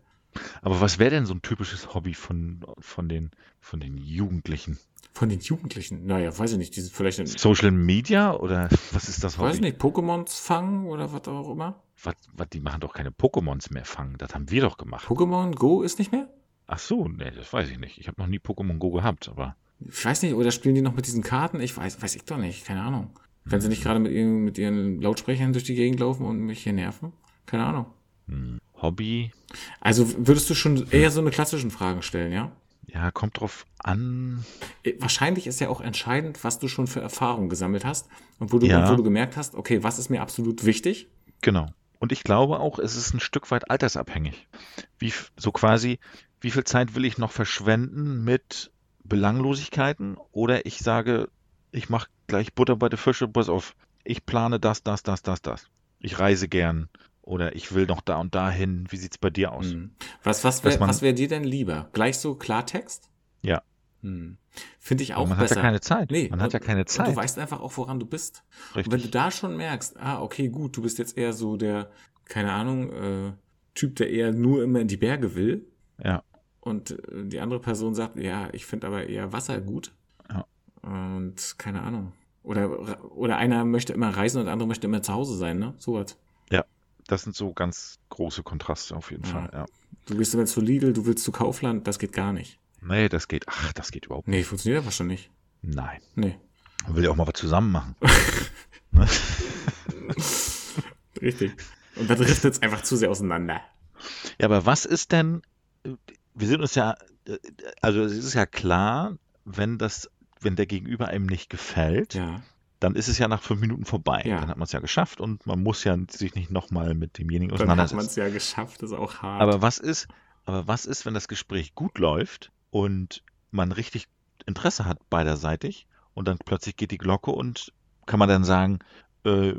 Aber was wäre denn so ein typisches Hobby von, von, den, von den Jugendlichen?
Von den Jugendlichen, naja, weiß ich nicht, die sind vielleicht, in,
Social Media oder was ist das
weiß
Hobby?
nicht, Pokémons fangen oder was auch immer.
Was, was, die machen doch keine Pokémons mehr fangen. Das haben wir doch gemacht.
Pokémon Go ist nicht mehr?
Ach so, nee, das weiß ich nicht. Ich habe noch nie Pokémon Go gehabt, aber
Ich weiß nicht, oder spielen die noch mit diesen Karten? Ich weiß, weiß ich doch nicht, keine Ahnung. Wenn sie nicht gerade mit ihren, mit ihren Lautsprechern durch die Gegend laufen und mich hier nerven? Keine Ahnung.
hm, Hobby,
Also würdest du schon eher so eine klassischen Fragen stellen, ja?
ja, kommt drauf an.
Äh, Wahrscheinlich ist ja auch entscheidend, was du schon für Erfahrungen gesammelt hast und wo du,
Ja.
und wo du gemerkt hast, okay, was ist mir absolut wichtig?
Genau. Und ich glaube auch, es ist ein Stück weit altersabhängig. Wie, f- so quasi, wie viel Zeit will ich noch verschwenden mit Belanglosigkeiten? Oder ich sage, ich mache gleich Butter bei der Fische, pass auf, ich plane das, das, das, das, das. Ich reise gern. Oder ich will noch da und da hin. Wie sieht's bei dir aus?
Hm. Was, was
Dass
wäre
man-
was wär dir denn lieber? Gleich so Klartext?
Ja.
Hm. Finde ich
Weil
auch
man
besser.
hat ja keine Zeit.
Nee,
man hat
und-
ja keine
Und
Zeit.
du weißt einfach auch, woran du bist. Und wenn du
Richtig.
da schon merkst, ah, okay, gut, du bist jetzt eher so der, keine Ahnung, äh, Typ, der eher nur immer in die Berge will.
Ja.
Und äh, die andere Person sagt, ja, ich finde aber eher Wasser gut.
Ja.
Und keine Ahnung. Oder, oder einer möchte immer reisen und der andere möchte immer zu Hause sein, ne? So was.
Das sind so ganz große Kontraste auf jeden
Ja.
Fall. Ja.
Du gehst immer zu Lidl, du willst zu Kaufland, das geht gar nicht.
Nee, das geht. Ach, das geht überhaupt nicht.
Nee, funktioniert einfach schon nicht.
Nein.
Nee.
Man will ja auch mal was zusammen machen. Ne?
Richtig. Und da driftet es einfach zu sehr auseinander.
Ja, aber was ist denn, äh, wir sind uns ja, also es ist ja klar, wenn das, wenn der Gegenüber einem nicht gefällt,
Ja.
dann ist es ja nach fünf Minuten vorbei.
Ja.
Dann hat man es ja geschafft und man muss ja sich nicht nochmal mit demjenigen
Dann hat man
auseinandersetzen.
es ja geschafft, ist auch hart.
Aber was ist, aber was ist, wenn das Gespräch gut läuft und man richtig Interesse hat beiderseitig und dann plötzlich geht die Glocke und kann man dann sagen, äh,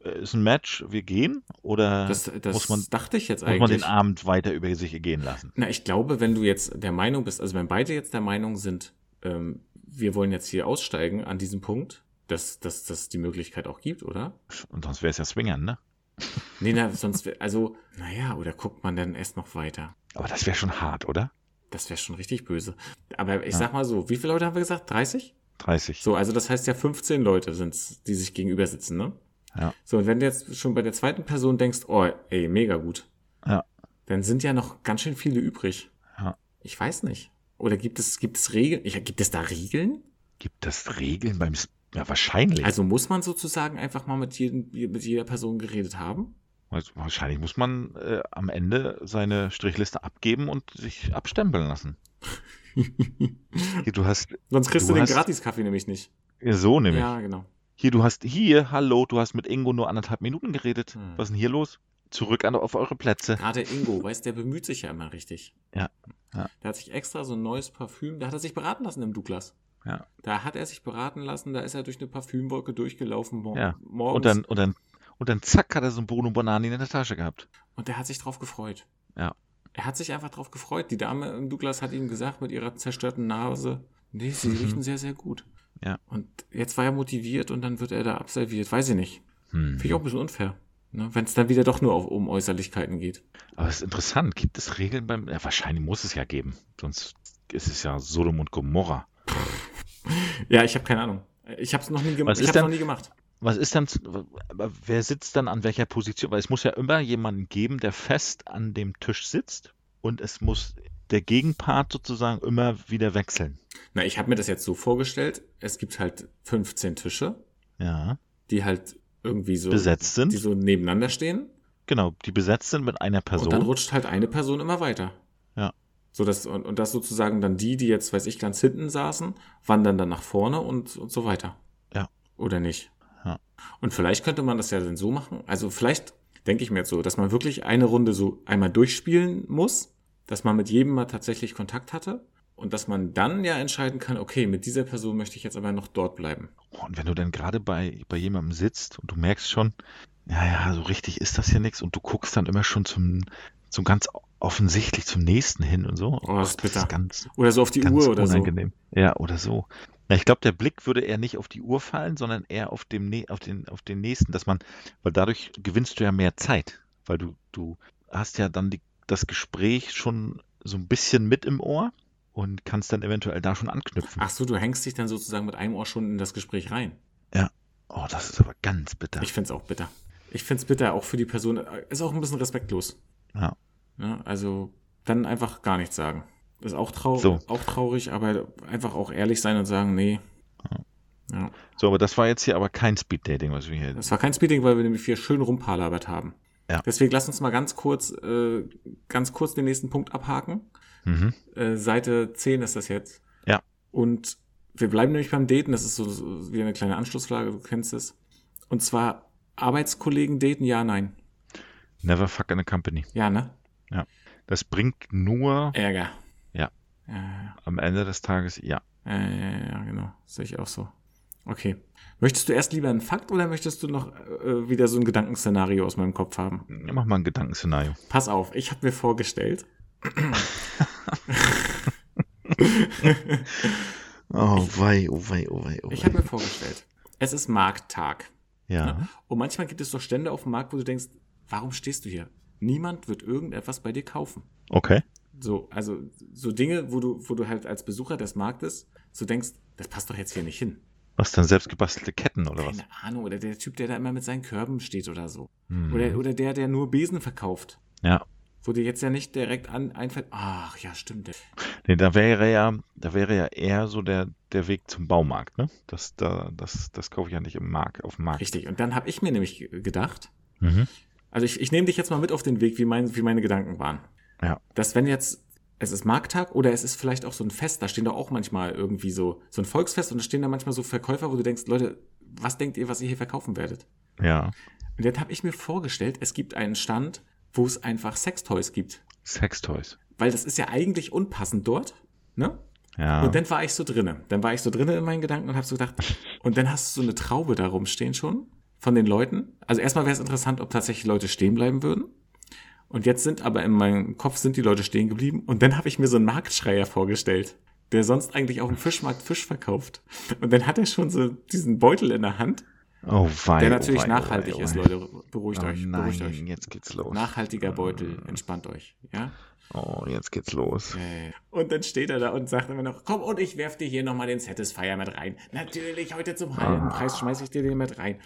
ist ein Match, wir gehen oder
das das
muss man-
dachte ich jetzt
muss man den
eigentlich.
Abend weiter über sich gehen lassen?
Na, ich glaube, wenn du jetzt der Meinung bist, also wenn beide jetzt der Meinung sind, ähm, wir wollen jetzt hier aussteigen an diesem Punkt, dass dass dass die Möglichkeit auch gibt, oder?
Und sonst wäre es ja Swingern, ne?
Nee, na, sonst, wär- also, naja, oder guckt man dann erst noch weiter?
Aber das wäre schon hart, oder?
Das wäre schon richtig böse. Aber ich sag mal so, wie viele Leute haben wir gesagt? 30?
30.
So, also das heißt ja 15 Leute sind's, die sich gegenüber sitzen, ne?
Ja.
So, und wenn du jetzt schon bei der zweiten Person denkst, oh, ey, mega gut.
Ja.
Dann sind ja noch ganz schön viele übrig.
Ja.
Ich weiß nicht. Oder gibt es, gibt es Regeln? Ich, gibt es da Regeln?
Gibt es Regeln beim Sp Ja, wahrscheinlich.
Also muss man sozusagen einfach mal mit, jedem, mit jeder Person geredet haben?
Also wahrscheinlich muss man äh, am Ende seine Strichliste abgeben und sich abstempeln lassen. Hier, du hast
Sonst kriegst
Du
du, den
hast-
Gratis-Kaffee nämlich nicht.
so nämlich.
Ja, genau.
Hier, du hast hier, hallo, du hast mit Ingo nur anderthalb Minuten geredet.
Hm.
Was ist denn hier los? Zurück an, auf eure Plätze.
Gerade Ingo, weißt der bemüht sich ja immer richtig.
Ja, ja.
Der hat sich extra so ein neues Parfüm, da hat er sich beraten lassen im Douglas.
Ja.
Da hat er sich beraten lassen, da ist er durch eine Parfümwolke durchgelaufen mor
Ja.
morgens.
Und dann, und dann, und dann zack, hat er so ein Bruno Banani in der Tasche gehabt.
Und der hat sich drauf gefreut.
Ja.
Er hat sich einfach drauf gefreut. Die Dame im Douglas hat ihm gesagt mit ihrer zerstörten Nase, nee, sie riechen sehr, sehr gut.
Mhm. Ja.
Und jetzt war er motiviert und dann wird er da absolviert. Weiß ich nicht.
Hm.
Finde ich auch ein bisschen unfair. Ne? Wenn es dann wieder doch nur auf, um Äußerlichkeiten geht.
Aber es ist interessant. Gibt es Regeln beim. Ja, wahrscheinlich muss es ja geben. Sonst ist es ja Sodom und Gomorra.
Ja, ich habe keine Ahnung. Ich habe es noch nie
Was
gemacht. Ich
ist
habe
denn-
noch nie gemacht.
Was ist denn. aber Wer sitzt dann an welcher Position? Weil es muss ja immer jemanden geben, der fest an dem Tisch sitzt. Und es muss der Gegenpart sozusagen immer wieder wechseln.
Na, ich habe mir das jetzt so vorgestellt. Es gibt halt 15 Tische,
Ja.
die halt irgendwie so
Besetzt sind.
die so nebeneinander stehen
Genau. Die besetzt sind mit einer
und dann
Person.
rutscht halt eine Person immer weiter.
Ja.
So dass und, und das sozusagen dann die, die jetzt, weiß ich, ganz hinten saßen, wandern dann nach vorne und und so weiter.
Ja.
Oder nicht?
Ja.
Und vielleicht könnte man das ja dann so machen. Also vielleicht denke ich mir jetzt so, dass man wirklich eine Runde so einmal durchspielen muss, dass man mit jedem mal tatsächlich Kontakt hatte und dass man dann ja entscheiden kann, okay, mit dieser Person möchte ich jetzt aber noch dort bleiben.
Oh, Und wenn du dann gerade bei, bei jemandem sitzt und du merkst schon, ja, ja, so richtig ist das hier nichts und du guckst dann immer schon zum, zum ganz offensichtlich zum nächsten hin und so.
Oh, das ist bitter.
ganz,
Oder so auf die Uhr oder so.
unangenehm. Ja, oder so. Na, ich glaube, der Blick würde eher nicht auf die Uhr fallen, sondern eher auf, dem, nä- auf, den, auf den nächsten, dass man, weil dadurch gewinnst du ja mehr Zeit, weil du, du hast ja dann die, das Gespräch schon so ein bisschen mit im Ohr und kannst dann eventuell da schon anknüpfen.
Ach so, du hängst dich dann sozusagen mit einem Ohr schon in das Gespräch rein.
Oh, das ist aber ganz bitter.
Ich find's auch bitter. Ich find's bitter, auch für die Person. äh, Ist auch ein bisschen respektlos.
Ja.
Ne, also dann einfach gar nichts sagen. Ist auch traurig,
So.
auch traurig, aber einfach auch ehrlich sein und sagen, nee. Ja.
So, aber das war jetzt hier aber kein Speed-Dating, was wir hier.
Das war kein Speeding, weil wir nämlich hier schön rumpalabert haben.
Ja.
Deswegen lass uns mal ganz kurz, äh, ganz kurz den nächsten Punkt abhaken.
Mhm.
Äh, Seite 10 ist das jetzt.
Ja.
Und wir bleiben nämlich beim Daten, das ist so, so wieder eine kleine Anschlussfrage, du kennst es. Und zwar Arbeitskollegen daten, ja, nein.
Never fuck in a company.
Ja, ne?
Das bringt nur
Ärger.
Ja.
Ja, ja,
am Ende des Tages, ja.
ja, ja, ja, ja, genau. Sehe ich auch so. Okay. Möchtest du erst lieber einen Fakt oder möchtest du noch äh, wieder so ein Gedankenszenario aus meinem Kopf haben?
Mach mal ein Gedankenszenario.
Pass auf, ich habe mir vorgestellt,
Oh, wei, oh, wei, oh, wei, oh.
ich habe mir vorgestellt, es ist Markttag.
ja.
Und manchmal gibt es doch Stände auf dem Markt, wo du denkst, warum stehst du hier? Niemand wird irgendetwas bei dir kaufen.
Okay.
So, also so Dinge, wo du, wo du halt als Besucher des Marktes so denkst, das passt doch jetzt hier nicht hin.
Was dann selbstgebastelte Ketten oder was?
Keine Ahnung. Oder der Typ, der da immer mit seinen Körben steht oder so.
Hm.
Oder, oder der, der nur Besen verkauft.
Ja.
Wo dir jetzt ja nicht direkt an, einfällt, ach ja, stimmt.
Nee, da wäre ja, da wäre ja eher so der, der Weg zum Baumarkt, ne? Das, da, das, das kaufe ich ja nicht im Markt, auf dem Markt.
Richtig. Und dann habe ich mir nämlich ge- gedacht,
Mhm.
also ich, ich nehme dich jetzt mal mit auf den Weg, wie, mein, wie meine Gedanken waren.
Ja.
Dass wenn jetzt, es ist Markttag oder es ist vielleicht auch so ein Fest, da stehen doch auch manchmal irgendwie so, so ein Volksfest und da stehen da manchmal so Verkäufer, wo du denkst, Leute, was denkt ihr, was ihr hier verkaufen werdet?
Ja.
Und jetzt habe ich mir vorgestellt, es gibt einen Stand, wo es einfach Sextoys gibt.
Sextoys.
Weil das ist ja eigentlich unpassend dort, ne?
Ja.
Und dann war ich so drinne. Dann war ich so drinne in meinen Gedanken und habe so gedacht, und dann hast du so eine Traube da rumstehen schon von den Leuten. Also erstmal wäre es interessant, ob tatsächlich Leute stehen bleiben würden. Und jetzt sind aber in meinem Kopf sind die Leute stehen geblieben. Und dann habe ich mir so einen Marktschreier vorgestellt, der sonst eigentlich auf dem Fischmarkt Fisch verkauft. Und dann hat er schon so diesen Beutel in der Hand
Oh, wei,
der
oh
natürlich
wei, oh
nachhaltig
wei, oh
ist,
wei.
Leute. Beruhigt
oh,
euch,
nein, Oh.
beruhigt euch.
jetzt geht's los.
Nachhaltiger Beutel, entspannt euch. Ja?
Oh, jetzt geht's los.
Und dann steht er da und sagt immer noch, komm und ich werf dir hier nochmal den Satisfier mit rein. Natürlich, heute zum
Ah.
halben Preis schmeiß ich dir den mit rein.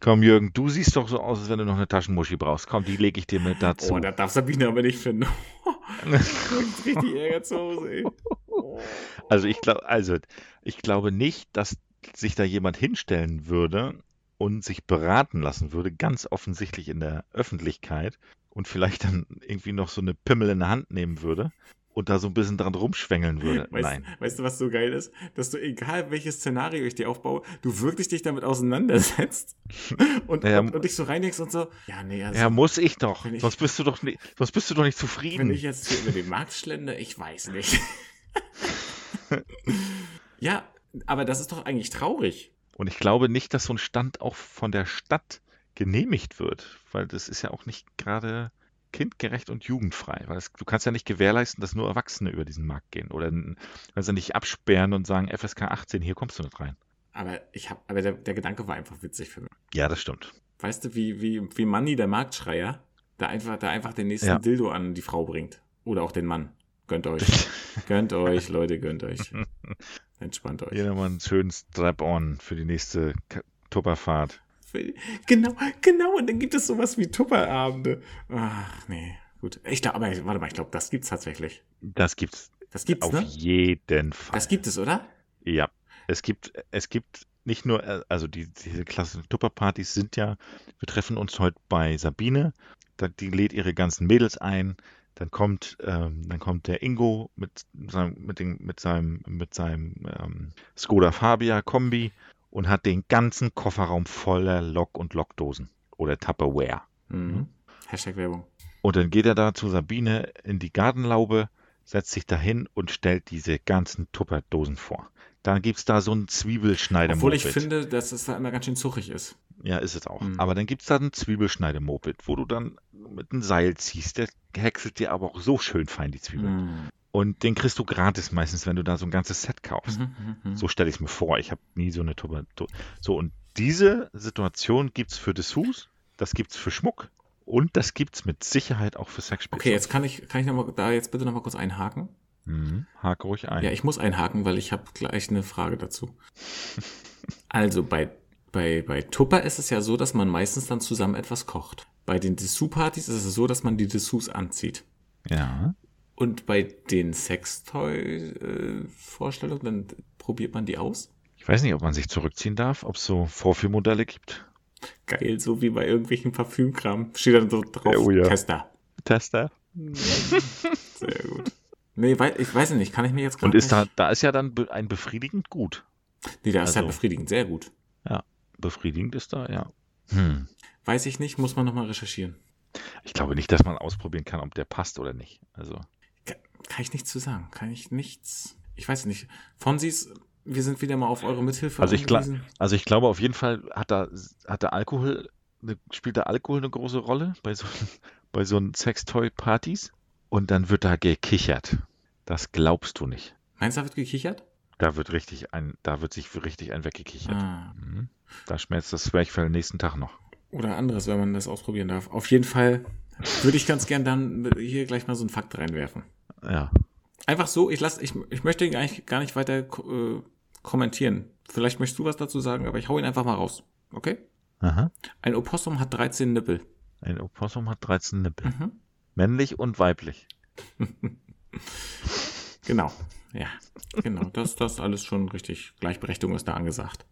Komm, Jürgen, du siehst doch so aus, als wenn du noch eine Taschenmuschi brauchst. Komm, die lege ich dir mit dazu.
Oh, da darf Sabine aber nicht finden. Bringt richtig Ärger zu Hause, ey. Oh.
also, ich glaub, also, ich glaube nicht, dass sich da jemand hinstellen würde und sich beraten lassen würde, ganz offensichtlich in der Öffentlichkeit und vielleicht dann irgendwie noch so eine Pimmel in der Hand nehmen würde und da so ein bisschen dran rumschwängeln würde.
Weißt,
Nein.
weißt du, was so geil ist? Dass du, egal welches Szenario ich dir aufbaue, du wirklich dich damit auseinandersetzt und,
Ja,
und, und dich so reinigst und so, ja, nee, also,
Ja, muss ich doch.
Wenn ich-
sonst bist du doch nicht, sonst bist du doch nicht
wenn
zufrieden.
ich jetzt hier über den Markt schlende, ich weiß nicht. ja, aber das ist doch eigentlich traurig.
Und ich glaube nicht, dass so ein Stand auch von der Stadt genehmigt wird, weil das ist ja auch nicht gerade kindgerecht und jugendfrei, weil es, du kannst ja nicht gewährleisten, dass nur Erwachsene über diesen Markt gehen oder n- also nicht absperren und sagen FSK 18, hier kommst du nicht rein.
Aber ich habe, aber der, der Gedanke war einfach witzig für mich.
Ja, das stimmt.
Weißt du, wie, wie, wie Manni, der Marktschreier, da einfach, da einfach den nächsten
Ja.
Dildo an die Frau bringt. Oder auch den Mann. Gönnt euch. gönnt euch, Leute, gönnt euch. Entspannt euch.
Jedermann einen schönen Strap-on für die nächste K- Tupperfahrt.
Genau, genau, und dann gibt es sowas wie Tupperabende. Ach, nee. Gut. Ich glaube, aber warte mal, ich glaube, das gibt's tatsächlich.
Das gibt's
Das gibt's,
auf
ne?
jeden Fall.
Das gibt es, oder?
Ja, es gibt, es gibt nicht nur, äh, also die, diese klassischen Tupperpartys sind ja, wir treffen uns heute bei Sabine, da, die lädt ihre ganzen Mädels ein, dann kommt, ähm, dann kommt der Ingo mit seinem, mit dem, mit seinem, mit seinem ähm, Skoda Fabia Kombi und hat den ganzen Kofferraum voller Lock- und Lockdosen oder Tupperware.
Mhm. Hashtag Werbung.
Und dann geht er da zu Sabine in die Gartenlaube, setzt sich dahin und stellt diese ganzen Tupperdosen vor. Dann gibt's da so einen Zwiebelschneider.
Obwohl ich finde, dass es da immer ganz schön zuchig ist.
Ja, ist es auch.
Mhm.
Aber dann gibt's da einen Zwiebelschneidemoped, wo du dann mit einem Seil ziehst. Der häckselt dir aber auch so schön fein die Zwiebeln.
Mhm.
Und den kriegst du gratis meistens, wenn du da so ein ganzes Set kaufst.
Mhm, mhm.
So stelle ich es mir vor. Ich habe nie so eine Tuba. Tu- So, und diese Situation gibt's für Dessous, das gibt's für Schmuck und das gibt's mit Sicherheit auch für Sexspielzeug.
Okay, jetzt kann ich, kann ich noch mal, da jetzt bitte nochmal kurz einhaken.
Mhm. Hake ruhig ein.
Ja, ich muss einhaken, weil ich habe gleich eine Frage dazu. Also bei, bei, bei Tupper ist es ja so, dass man meistens dann zusammen etwas kocht. Bei den Dessous-Partys ist es so, dass man die Dessous anzieht.
Ja.
Und bei den Sextoy-Vorstellungen, dann probiert man die aus.
Ich weiß nicht, ob man sich zurückziehen darf, ob es so Vorführmodelle gibt.
Geil, so wie bei irgendwelchen Parfümkram. Steht dann so drauf,
Oh ja.
Tester.
Tester.
Sehr gut. Nee, wei- ich weiß nicht, kann ich mir jetzt
Und
gerade
ist da,
nicht...
da ist ja dann be- ein befriedigend gut.
Nee, da ist ja
also-
befriedigend, sehr gut.
Befriedigend ist da, ja. Hm.
Weiß ich nicht, muss man nochmal recherchieren.
Ich glaube nicht, dass man ausprobieren kann, ob der passt oder nicht. Also,
Kann ich nichts zu sagen. Kann ich nichts. Ich weiß nicht. Fonsis, wir sind wieder mal auf eure Mithilfe.
Also ich gla-
angewiesen.
also ich glaube auf jeden Fall hat da, hat der Alkohol, eine- spielt der Alkohol eine große Rolle bei so, bei so Sextoy-Partys. Und dann wird da gekichert. Das glaubst du nicht.
Meinst du, da wird gekichert?
Da wird richtig ein, da wird sich richtig ein weggekichert.
Ah.
Mhm. Da schmerzt das Zwerchfell nächsten Tag noch.
Oder anderes, wenn man das ausprobieren darf. Auf jeden Fall würde ich ganz gern dann hier gleich mal so einen Fakt reinwerfen.
Ja.
Einfach so, ich lass, ich, ich möchte ihn eigentlich gar nicht weiter ko- äh, kommentieren. Vielleicht möchtest du was dazu sagen, aber ich hau ihn einfach mal raus. Okay?
Aha.
Ein Opossum hat 13 Nippel.
Ein Opossum hat 13 Nippel.
Mhm.
Männlich und weiblich.
Genau. Ja, genau. Das, das alles schon richtig. Gleichberechtigung ist da angesagt.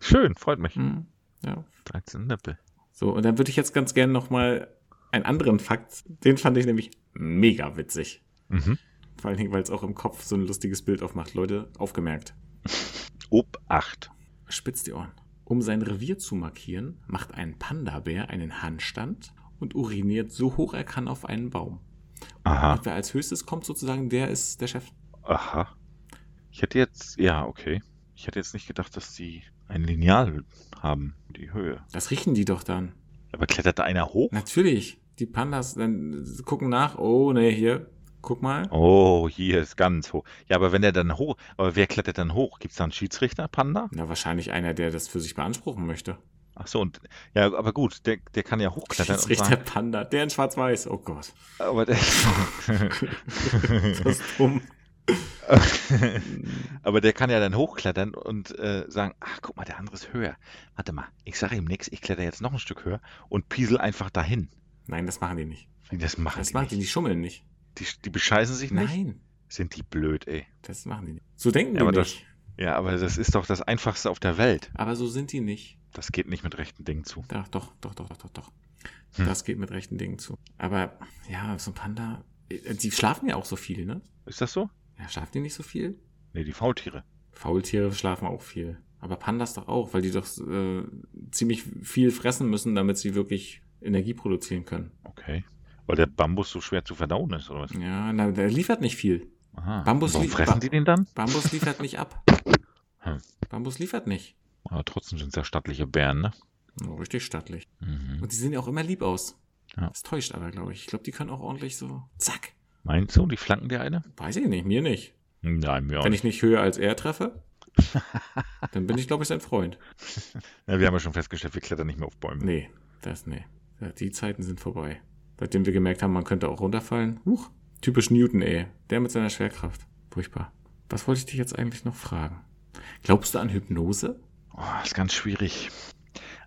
Schön, freut mich.
Mhm. Ja,
13 Nippel.
So, und dann würde ich jetzt ganz gerne nochmal einen anderen Fakt, den fand ich nämlich mega witzig.
Mhm.
Vor allen Dingen, weil es auch im Kopf so ein lustiges Bild aufmacht. Leute, aufgemerkt.
Obacht.
Spitz die Ohren. Um sein Revier zu markieren, macht ein Panda-Bär einen Handstand und uriniert so hoch er kann auf einen Baum.
Aha,
Und wer als höchstes kommt sozusagen, der ist der Chef.
aha. Ich hätte jetzt, ja, okay. Ich hätte jetzt nicht gedacht, dass die ein Lineal haben, die Höhe.
Das riechen die doch dann.
Aber klettert da einer hoch?
Natürlich. Die Pandas dann gucken nach, oh ne, hier, Guck mal.
Oh, hier ist ganz hoch. Ja, aber wenn er dann hoch, aber wer klettert dann hoch? Gibt es da einen Schiedsrichter, Panda?
Na, wahrscheinlich einer, der das für sich beanspruchen möchte.
Ach so, und ja, aber gut, der, der kann ja hochklettern. und
Schiedsrichter
sagen-
Panda, der in schwarz-weiß. Oh Gott,
Aber der,
das ist dumm.
aber der kann ja dann hochklettern und äh, sagen, ach guck mal, der andere ist höher. Warte mal, ich sage ihm nichts, ich kletter jetzt noch ein Stück höher und piesel einfach dahin.
Nein, das machen die nicht.
Wie, Das machen
Das
die,
machen die,
nicht.
die schummeln nicht.
Die, die bescheißen sich nicht?
Nein,
Sind die blöd, ey.
das machen die nicht. So denken
Ja,
die
aber das-
nicht.
Ja, aber das ist doch das Einfachste auf der Welt.
Aber so sind die nicht.
Das geht nicht mit rechten Dingen zu.
Doch, doch, doch, doch, doch, doch. doch.
Hm.
Das geht mit rechten Dingen zu. Aber ja, so ein Panda, äh, die schlafen ja auch so viel, ne?
Ist das so?
Ja, schlafen die nicht so viel?
Nee, die Faultiere.
Faultiere schlafen auch viel. Aber Pandas doch auch, weil die doch äh, ziemlich viel fressen müssen, damit sie wirklich Energie produzieren können.
Okay. Weil der Bambus so schwer zu verdauen ist, oder was?
Ja, na, der liefert nicht viel.
Aha.
Bambus
Warum
liegt-
fressen
Ba- Hm.
die den dann?
Bambus liefert nicht ab.
Hm.
Bambus liefert nicht.
Aber trotzdem sind es ja stattliche Bären, ne?
Oh, richtig stattlich.
Mhm.
Und die sehen ja auch immer lieb aus.
Ja.
Das täuscht aber, glaube ich. Ich glaube, die können auch ordentlich so. Zack.
Meinst du, die flanken dir eine?
Weiß ich nicht, mir nicht.
Nein, mir auch
Wenn
nicht.
ich nicht höher als er treffe, dann bin ich, glaube ich, sein Freund.
Ja, wir haben ja schon festgestellt, wir klettern nicht mehr auf Bäume.
Nee, das, nee. Ja, Die Zeiten sind vorbei. Seitdem wir gemerkt haben, man könnte auch runterfallen. Huch, typisch Newton, ey. Der mit seiner Schwerkraft. Furchtbar. Was wollte ich dich jetzt eigentlich noch fragen? Glaubst du an Hypnose?
Oh, ist ganz schwierig.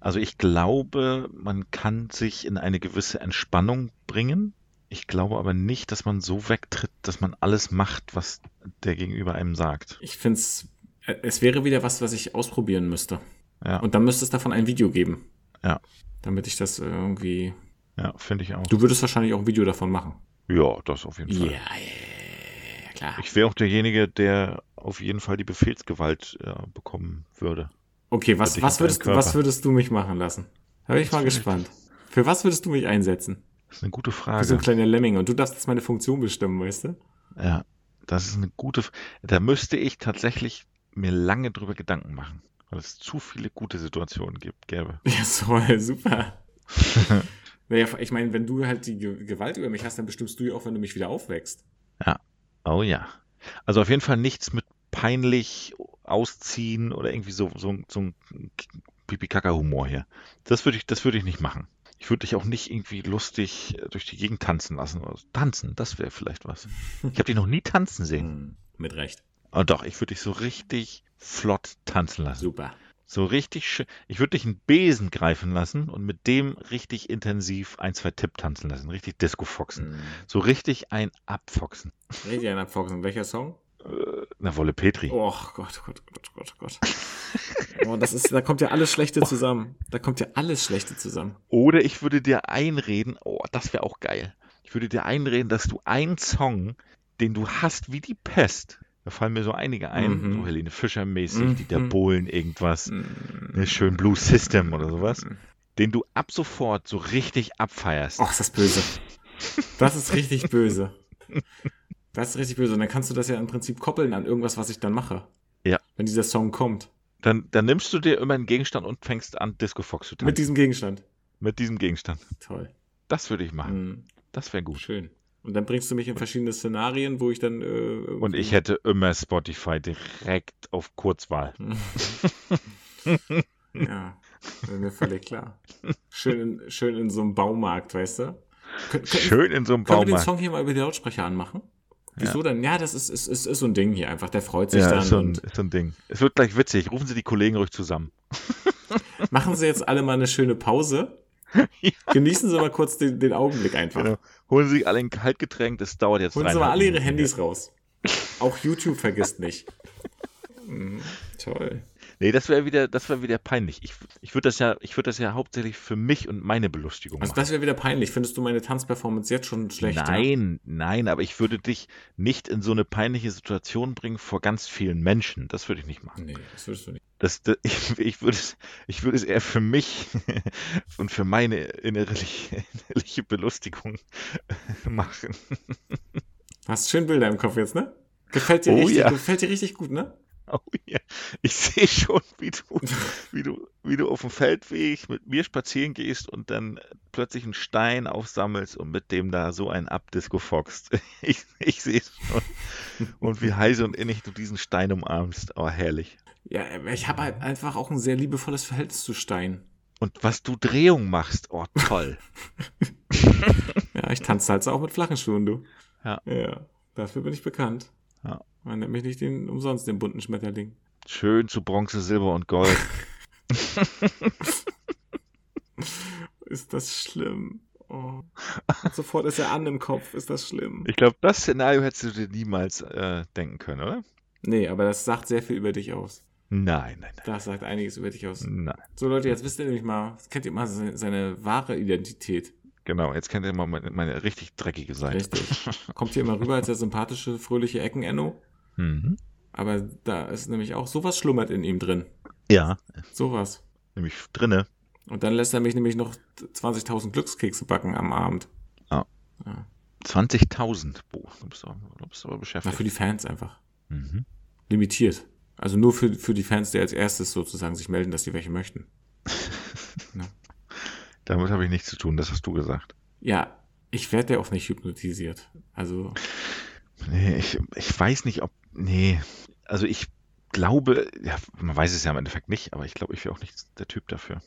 Also ich glaube, man kann sich in eine gewisse Entspannung bringen. Ich glaube aber nicht, dass man so wegtritt, dass man alles macht, was der gegenüber einem sagt.
Ich finde es, es wäre wieder was, was ich ausprobieren müsste.
Ja,
Und dann müsste es davon ein Video geben.
Ja.
Damit ich das äh, irgendwie.
ja finde ich auch.
Du würdest wahrscheinlich auch ein Video davon machen.
Ja, das auf jeden
Ja,
Fall.
ja, ja, ja, klar.
Ich wäre auch derjenige, der auf jeden Fall die Befehlsgewalt äh, bekommen würde.
Okay, was,
dich
was,
auf deinen
würdest,
Körper.
was würdest du mich machen lassen? Da bin ich mal gespannt. Für was würdest du mich einsetzen?
Das ist eine gute
Wie so
Frage.
ein kleiner Lemming. Und du darfst jetzt meine Funktion bestimmen, weißt du?
Ja, das ist eine gute. F- Da müsste ich tatsächlich mir lange drüber Gedanken machen, weil es zu viele gute Situationen gibt, gäbe.
Ja, toll, super. naja, ich meine, wenn du halt die Ge- Gewalt über mich hast, dann bestimmst du ja auch, wenn du mich wieder aufwächst.
Oh ja. Also auf jeden Fall nichts mit peinlich ausziehen oder irgendwie so, so, so ein Pipi-Kaka-Humor hier. Das würde ich, das würde ich nicht machen. Ich würde dich auch nicht irgendwie lustig äh, durch die Gegend tanzen lassen. Oder so. Tanzen, das wäre vielleicht was. Ich habe dich noch nie tanzen sehen.
Mit Recht.
Oh doch, ich würde dich so richtig flott tanzen lassen.
Super.
So richtig schön. Ich würde dich einen Besen greifen lassen und mit dem richtig intensiv ein, zwei Tipp tanzen lassen. Richtig Disco-Foxen. So richtig ein Abfoxen.
Hm. Richtig, Anna Foxen. Welcher Song?
Na, Wolle Petri.
Oh Gott, Gott, Gott, Gott, Gott. Oh, das ist, da kommt ja alles Schlechte zusammen. Da kommt ja alles Schlechte zusammen.
Oder ich würde dir einreden, oh, das wäre auch geil. Ich würde dir einreden, dass du einen Song, den du hast wie die Pest, da fallen mir so einige ein,
Mhm.
so Helene Fischer mäßig,
Mhm.
Dieter Bohlen, irgendwas,
Mm.
ne, schön Blue System oder sowas, den du ab sofort so richtig abfeierst.
Oh, ist das böse. Das ist richtig böse. Das ist richtig böse. Und dann kannst du das ja im Prinzip koppeln an irgendwas, was ich dann mache.
Ja.
Wenn dieser Song kommt.
Dann, dann nimmst du dir immer einen Gegenstand und fängst an, Disco Fox zu tanzen.
Mit diesem Gegenstand.
Mit diesem Gegenstand.
Toll.
Das würde ich machen.
Mhm.
Das wäre Ah, gut.
Schön. Und dann bringst du mich in verschiedene Szenarien, wo ich dann. Äh,
Und ich hätte immer Spotify direkt auf Kurzwahl.
Ja, wäre mir völlig klar. Schön in, schön in so einem Baumarkt, weißt du? Kön- kön-
Schön in so einem
Können wir den
Baumarkt.
Song hier mal über die Lautsprecher anmachen? Wieso denn? Ja, das ist, ist, ist, ist so ein Ding hier einfach. Der freut sich
Ja,
dann.
ist so, ein,
und
ist so ein Ding. Es wird gleich witzig. Rufen Sie die Kollegen ruhig zusammen.
machen Sie jetzt alle mal eine schöne Pause. Genießen Sie mal kurz den, den Augenblick einfach.
Genau. Holen Sie alle ein Kaltgetränk, das dauert jetzt
Holen Sie mal
dreieinhalb
alle Ihre
Minuten.
Handys raus. Auch YouTube vergisst nicht. Mhm, toll.
Nee, das wäre wieder, das wäre wieder peinlich. Ich, ich würde das ja, ich würde das ja hauptsächlich für mich und meine Belustigung
Also
machen.
das wäre wieder peinlich. Findest du meine Tanzperformance jetzt schon schlecht?
nein, nein, aber ich würde dich nicht in so eine peinliche Situation bringen vor ganz vielen Menschen. Das würde ich nicht machen.
Nee, das würdest du nicht.
Das, das, ich, ich, würde es, ich würde es eher für mich und für meine innerliche, innerliche Belustigung machen.
Hast schön Bilder im Kopf jetzt, ne? Gefällt dir,
Oh
richtig,
ja.
gefällt dir richtig gut, ne?
Oh ja. Ich sehe schon, wie du, wie, du, wie du auf dem Feldweg mit mir spazieren gehst und dann plötzlich einen Stein aufsammelst und mit dem da so einen Abdisco foxst. Ich, ich sehe es schon. Und wie heiß und innig du diesen Stein umarmst. Oh, herrlich.
Ja, ich habe halt einfach auch ein sehr liebevolles Verhältnis zu Stein.
Und was du Drehung machst. Oh, toll.
ja, ich tanze halt auch mit flachen Schuhen, du.
Ja.
Ja, dafür bin ich bekannt.
Ja.
Man nennt mich nicht den, umsonst den bunten Schmetterling.
Schön zu Bronze, Silber und Gold.
Ist das schlimm? Oh. Sofort ist er an im Kopf. Ist das schlimm?
Ich glaube, das Szenario hättest du dir niemals äh, denken können, oder?
Nee, aber das sagt sehr viel über dich aus.
Nein, nein,
Das sagt einiges über dich aus.
nein. nein.
So Leute, jetzt wisst ihr nämlich mal, jetzt kennt ihr mal se- seine wahre Identität.
Genau, jetzt kennt ihr mal meine, meine richtig dreckige Seite.
Richtig. Kommt hier immer rüber als der sympathische, fröhliche Ecken-Enno.
Mhm.
Aber da ist nämlich auch sowas schlummert in ihm drin.
Ja,
Sowas.
nämlich drinne.
Und dann lässt er mich nämlich noch 20.000 Glückskekse backen am Abend.
Ja.
ja.
20.000. Boah, du bist, aber- du bist aber
Na,
beschäftigt.
für die Fans einfach.
mhm.
Limitiert. Also nur für, für die Fans, die als erstes sozusagen sich melden, dass die welche möchten.
Damit habe ich nichts zu tun, das hast du gesagt.
Ja, ich werde ja auch nicht hypnotisiert. Also,
Nee, ich, ich weiß nicht, ob. Nee, also ich glaube, ja, man weiß es ja im Endeffekt nicht, aber ich glaube, ich wäre auch nicht der Typ dafür.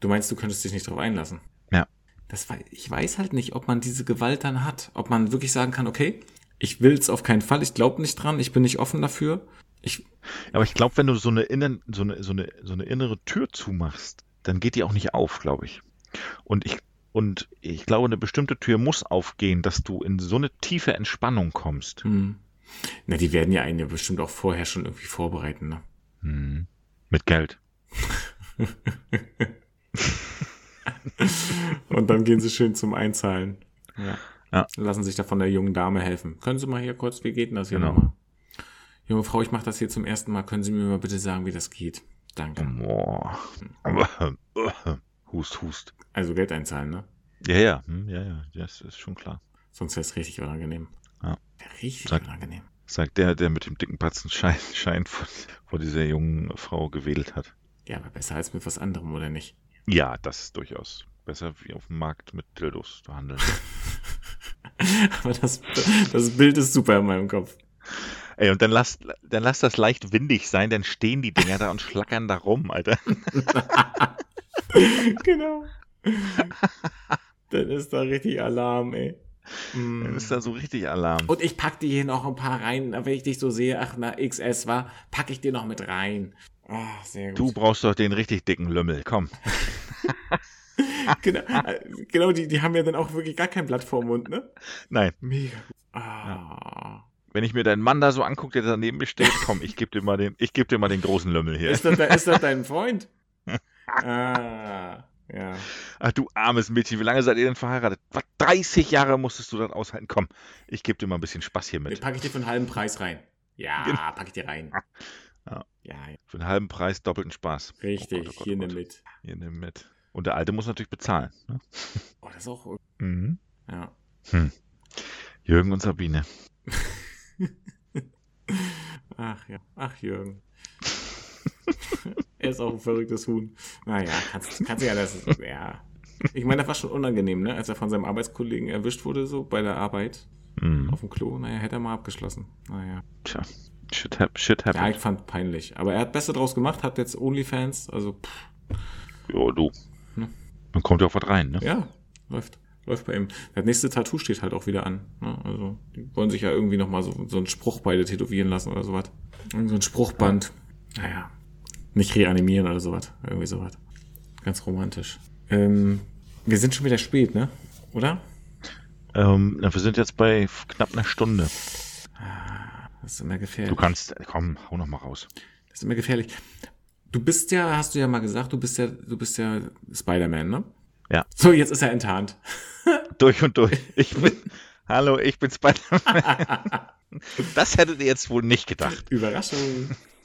du meinst, du könntest dich nicht drauf einlassen.
Ja.
Das war, ich weiß halt nicht, ob man diese Gewalt dann hat. Ob man wirklich sagen kann, okay, ich will es auf keinen Fall, ich glaube nicht dran, ich bin nicht offen dafür. Ich,
Aber ich glaube, wenn du so eine, innen, so, eine, so, eine, so eine innere Tür zumachst, dann geht die auch nicht auf, glaube ich. Und ich. Und ich glaube, eine bestimmte Tür muss aufgehen, dass du in so eine tiefe Entspannung kommst.
hm. Na, die werden ja einen ja bestimmt auch vorher schon irgendwie vorbereiten, ne?
Hm. Mit Geld.
Und dann gehen sie schön zum Einzahlen. Ja.
Ja.
Lassen sich da von der jungen Dame helfen. Können Sie mal hier kurz, wie geht denn das hier
Genau.
nochmal? Junge Frau, ich mache das hier zum ersten Mal. Können Sie mir mal bitte sagen, wie das geht? Danke.
Mhm. Boah. Hust, hust.
Also Geld einzahlen, ne?
Ja, ja, hm, ja, ja, das ist schon klar.
Sonst wäre es richtig unangenehm.
Ja.
Wär Richtig
Sag-
unangenehm.
Sagt der, der mit dem dicken Patzenschein Schein vor, vor dieser jungen Frau gewedelt hat.
Ja, aber besser als mit was anderem, oder nicht?
Ja, das ist durchaus besser, wie auf dem Markt mit Dildos zu handeln.
aber das, das Bild ist super in meinem Kopf.
Ey, und dann lass, dann lass das leicht windig sein, dann stehen die Dinger da und schlackern da rum, Alter.
genau. Dann ist da richtig Alarm, ey. Mm.
Dann ist da so richtig Alarm.
Und ich pack dir hier noch ein paar rein, wenn ich dich so sehe, ach na, XS war, pack ich dir noch mit rein. Ach, sehr
Du
gut.
brauchst doch den richtig dicken Lümmel, komm.
Genau, äh, genau die, die haben ja dann auch wirklich gar kein Blatt vorm Mund, ne?
Nein,
Mega. Ah.
wenn ich mir deinen Mann da so angucke, der daneben mir steht, komm, ich geb dir mal den, ich geb dir mal den großen Lümmel hier.
Ist, das, de- ist das dein Freund? ah, ja.
Ach du armes Mädchen, wie lange seid ihr denn verheiratet? Was, 30 Jahre musstest du das aushalten. Komm, ich gebe dir mal ein bisschen Spaß hier
Nee,
mit.
pack ich dir für einen halben Preis rein. Ja,
Genau.
pack ich dir rein.
Ja.
ja, ja.
Für einen halben Preis doppelten Spaß.
richtig.
Oh Gott, oh Gott,
hier
oh
nimm
Gott.
mit.
Hier nimm mit. Und der Alte muss natürlich bezahlen. Ne?
Oh, das ist auch.
Mhm.
Ja.
Jürgen und Sabine.
Ach ja, ach Jürgen. er ist auch ein verrücktes Huhn. Naja, kannst, kannst ja das. Ja. Ich meine, das war schon unangenehm, ne? Als er von seinem Arbeitskollegen erwischt wurde, so bei der Arbeit
Mhm.
auf dem Klo. Naja, hätte er mal abgeschlossen. Naja.
Tja, shit, hap shit
Ja, ich
happens.
fand peinlich. Aber er hat Beste draus gemacht, hat jetzt Onlyfans. Also, pff,
Jo, du.
Ne?
Dann kommt ja auch was rein, ne?
ja, läuft. Läuft bei ihm. Das nächste Tattoo steht halt auch wieder an. Ne? Also, die wollen sich ja irgendwie nochmal so, so einen Spruch beide tätowieren lassen oder sowas. Irgend so ein Spruchband. Naja. Nicht reanimieren oder sowas. Irgendwie sowas. Ganz romantisch. Ähm, wir sind schon wieder spät, ne? Oder?
Ähm, na, wir sind jetzt bei f- knapp einer Stunde.
Das ist immer gefährlich.
Du kannst, komm, hau noch mal raus.
Das ist immer gefährlich. Du bist ja, hast du ja mal gesagt, du bist ja, du bist ja Spider-Man, ne?
Ja.
So, jetzt ist er enttarnt.
Durch und durch. Ich bin, hallo, ich bin Spider-Man. Das hättet ihr jetzt wohl nicht gedacht.
Überraschung.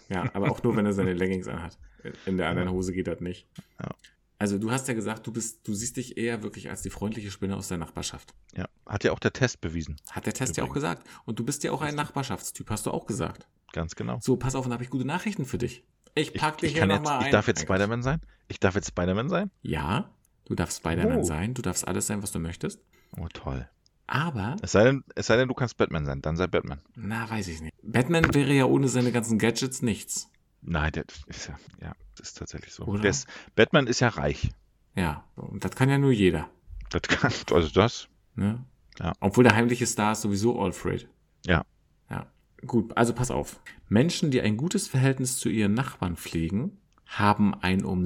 Ja, aber auch nur, wenn er seine Leggings anhat. In der anderen Hose geht das nicht.
Ja.
Also du hast ja gesagt, du bist, du siehst dich eher wirklich als die freundliche Spinne aus der Nachbarschaft.
Ja, hat ja auch der Test bewiesen.
Hat der Test ja auch gesagt. Und du bist ja auch ein Nachbarschaftstyp, hast du auch gesagt.
Ganz genau.
So, pass auf, dann habe ich gute Nachrichten für dich. Ich
Ich,
pack dich
ich,
hier
kann jetzt,
nochmal ein.
ich darf jetzt
Mein Gott.
Spider-Man sein. Ich darf jetzt Spider-Man sein.
Ja, du darfst Spider-Man
Oh.
sein, du darfst alles sein, was du möchtest.
Oh, toll.
Aber,
Es sei denn, es sei denn du kannst Batman sein. Dann sei Batman.
na, weiß ich nicht. Batman wäre ja ohne seine ganzen Gadgets nichts.
Nein, der ist ja, ja, das ist tatsächlich so.
Oder?
Der ist, Batman ist ja reich.
Ja, und das kann ja nur jeder.
Das kann, also das.
Ne?
Ja.
Obwohl der heimliche Star ist sowieso Alfred.
Ja.
Ja. Gut, also pass auf. Menschen, die ein gutes Verhältnis zu ihren Nachbarn pflegen, haben ein um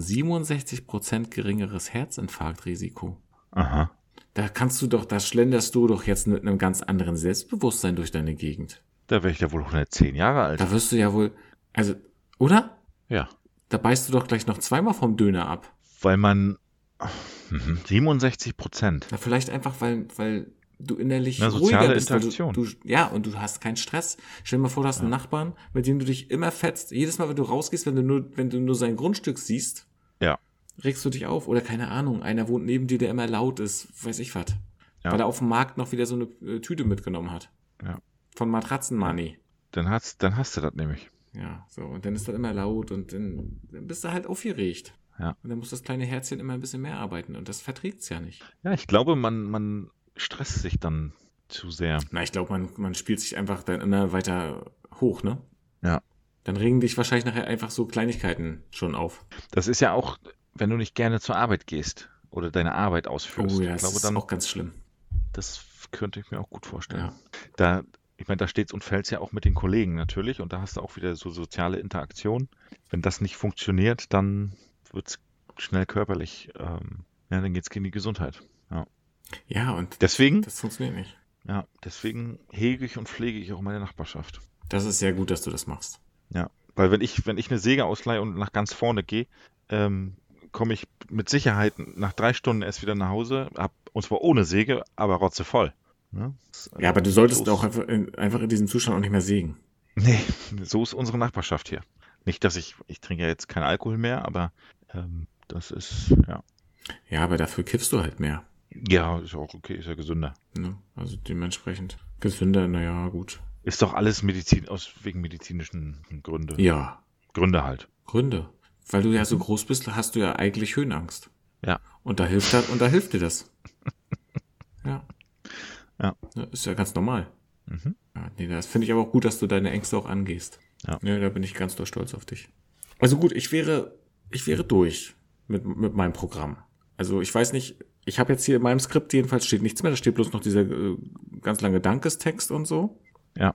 67% geringeres Herzinfarktrisiko.
Aha.
Da kannst du doch, da schlenderst du doch jetzt mit einem ganz anderen Selbstbewusstsein durch deine Gegend.
Da wäre ich ja wohl 110 Jahre alt.
Da wirst du ja wohl, also, oder?
Ja.
Da beißt du doch gleich noch zweimal vom Döner ab.
Weil man Mhm, 67 Prozent.
Na, vielleicht einfach, weil, weil du innerlich
Na, soziale
ruhiger bist. weil
Interaktion.
Du, du, ja, und du hast keinen Stress. Stell dir mal vor, du hast einen Nachbarn, mit dem du dich immer fetzt. Jedes Mal, wenn du rausgehst, wenn du nur, wenn du nur sein Grundstück siehst,
Ja.
regst du dich auf. Oder keine Ahnung, einer wohnt neben dir, der immer laut ist, weiß ich was.
Ja.
Weil er auf dem Markt noch wieder so eine äh, Tüte mitgenommen hat.
Ja.
Von Matratzenmoney.
Dann hast, dann hast du das nämlich.
Ja, so. Und dann ist das immer laut und dann, dann bist du halt aufgeregt.
Ja.
Und dann muss das kleine Herzchen immer ein bisschen mehr arbeiten und das verträgt's ja nicht.
Ja, ich glaube, man, man stresst sich dann zu sehr.
Na, ich glaube, man, man spielt sich einfach dann immer weiter hoch, ne?
Ja.
Dann regen dich wahrscheinlich nachher einfach so Kleinigkeiten schon auf.
Das ist ja auch, wenn du nicht gerne zur Arbeit gehst oder deine Arbeit ausführst.
Oh ja,
ich
das
glaube,
ist
dann,
auch ganz schlimm.
das könnte ich mir auch gut vorstellen.
Ja.
Da, ich meine, da steht's und fällt's ja auch mit den Kollegen natürlich und da hast du auch wieder so soziale Interaktion. Wenn das nicht funktioniert, dann wird's schnell körperlich. Ähm, ja, dann geht's gegen die Gesundheit.
ja, und
Deswegen,
das funktioniert nicht.
ja, deswegen hege ich und pflege ich auch meine Nachbarschaft.
Das ist sehr gut, dass du das machst.
Weil wenn ich, wenn ich eine Säge ausleihe und nach ganz vorne gehe, ähm, komme ich mit Sicherheit nach drei Stunden erst wieder nach Hause, hab, und zwar ohne Säge, aber rotzevoll. Ne?
Ja, aber du
So
solltest
ist-
auch einfach in, einfach in diesem Zustand auch nicht mehr sägen.
Nee, so ist unsere Nachbarschaft hier. Nicht, dass ich, ich trinke ja jetzt keinen Alkohol mehr, aber ähm, das ist, ja.
Ja, aber dafür kiffst du halt mehr.
Ja, ist auch okay, ist ja gesünder.
Ne? Also dementsprechend gesünder, naja, gut.
Ist doch alles Medizin, aus wegen medizinischen Gründe.
Ja,
Gründe halt.
Gründe. Weil du ja so groß bist, hast du ja eigentlich Höhenangst.
Mhm. Ja.
Und da hilft das, und da hilft dir das. Ja. Ne,
Ja.
Ist ja ganz normal.
Mhm.
Ja, nee, das finde ich aber auch gut, dass du deine Ängste auch angehst. Ne,
Ja.
da bin ich ganz doll stolz auf dich. Also gut, ich wäre, ich wäre durch mit, mit meinem Programm. Also ich weiß nicht, ich habe jetzt hier in meinem Skript jedenfalls steht nichts mehr, da steht bloß noch dieser äh, ganz lange Dankestext und so.
Ja.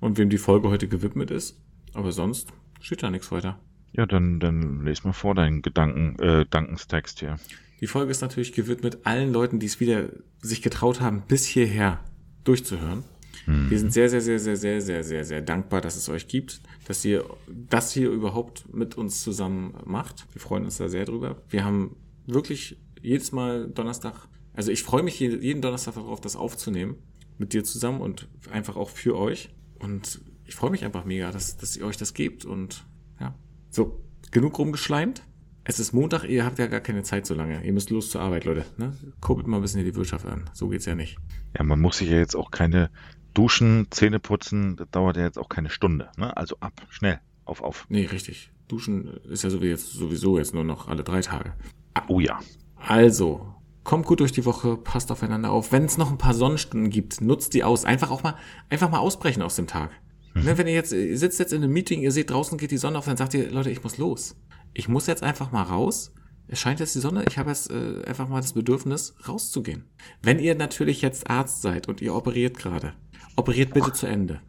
Und wem die Folge heute gewidmet ist. Aber sonst steht da nichts weiter.
Ja, dann, dann les mal vor deinen Gedanken, äh, Dankenstext hier.
Die Folge ist natürlich gewidmet allen Leuten, die es wieder sich getraut haben, bis hierher durchzuhören. Wir sind sehr, sehr, sehr, sehr, sehr, sehr, sehr, sehr dankbar, dass es euch gibt, dass ihr das hier überhaupt mit uns zusammen macht. Wir freuen uns da sehr drüber. Wir haben wirklich jedes Mal Donnerstag, also ich freue mich je- jeden Donnerstag darauf, das aufzunehmen mit dir zusammen und einfach auch für euch. Und ich freue mich einfach mega, dass, dass ihr euch das gebt und ja. So, genug rumgeschleimt. Es ist Montag, ihr habt ja gar keine Zeit so lange. Ihr müsst los zur Arbeit, Leute. Ne? Kurbelt mal ein bisschen hier die Wirtschaft an. So geht's ja nicht.
Ja, man muss sich ja jetzt auch keine duschen, Zähne putzen, das dauert ja jetzt auch keine Stunde. Ne? Also ab, schnell, auf, auf.
Nee, richtig. Duschen ist ja sowieso jetzt, sowieso jetzt nur noch alle drei Tage.
Oh ja.
Also, kommt gut durch die Woche, passt aufeinander auf. Wenn es noch ein paar Sonnenstunden gibt, nutzt die aus. Einfach auch mal, einfach mal ausbrechen aus dem Tag. Ne, wenn ihr jetzt, ihr sitzt jetzt in einem Meeting, ihr seht draußen geht die Sonne auf, dann sagt ihr, Leute, ich muss los. Ich muss jetzt einfach mal raus. Es scheint jetzt die Sonne, ich habe jetzt äh, einfach mal das Bedürfnis, rauszugehen. Wenn ihr natürlich jetzt Arzt seid und ihr operiert gerade, operiert bitte zu Ende.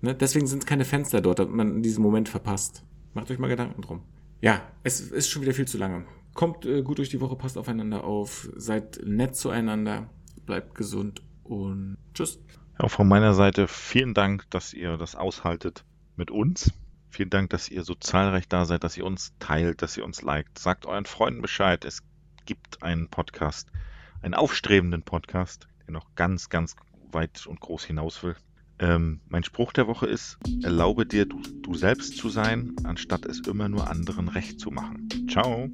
Ne? Deswegen sind keine Fenster dort, damit man diesen Moment verpasst. Macht euch mal Gedanken drum. Ja, es ist schon wieder viel zu lange. Kommt äh, gut durch die Woche, passt aufeinander auf, seid nett zueinander, bleibt gesund und tschüss.
Ja, von meiner Seite vielen Dank, dass ihr das aushaltet mit uns. Vielen Dank, dass ihr so zahlreich da seid, dass ihr uns teilt, dass ihr uns liked. Sagt euren Freunden Bescheid. Es gibt einen Podcast, einen aufstrebenden Podcast, der noch ganz, ganz weit und groß hinaus will. Ähm, mein Spruch der Woche ist, erlaube dir, du, du selbst zu sein, anstatt es immer nur anderen recht zu machen. Ciao.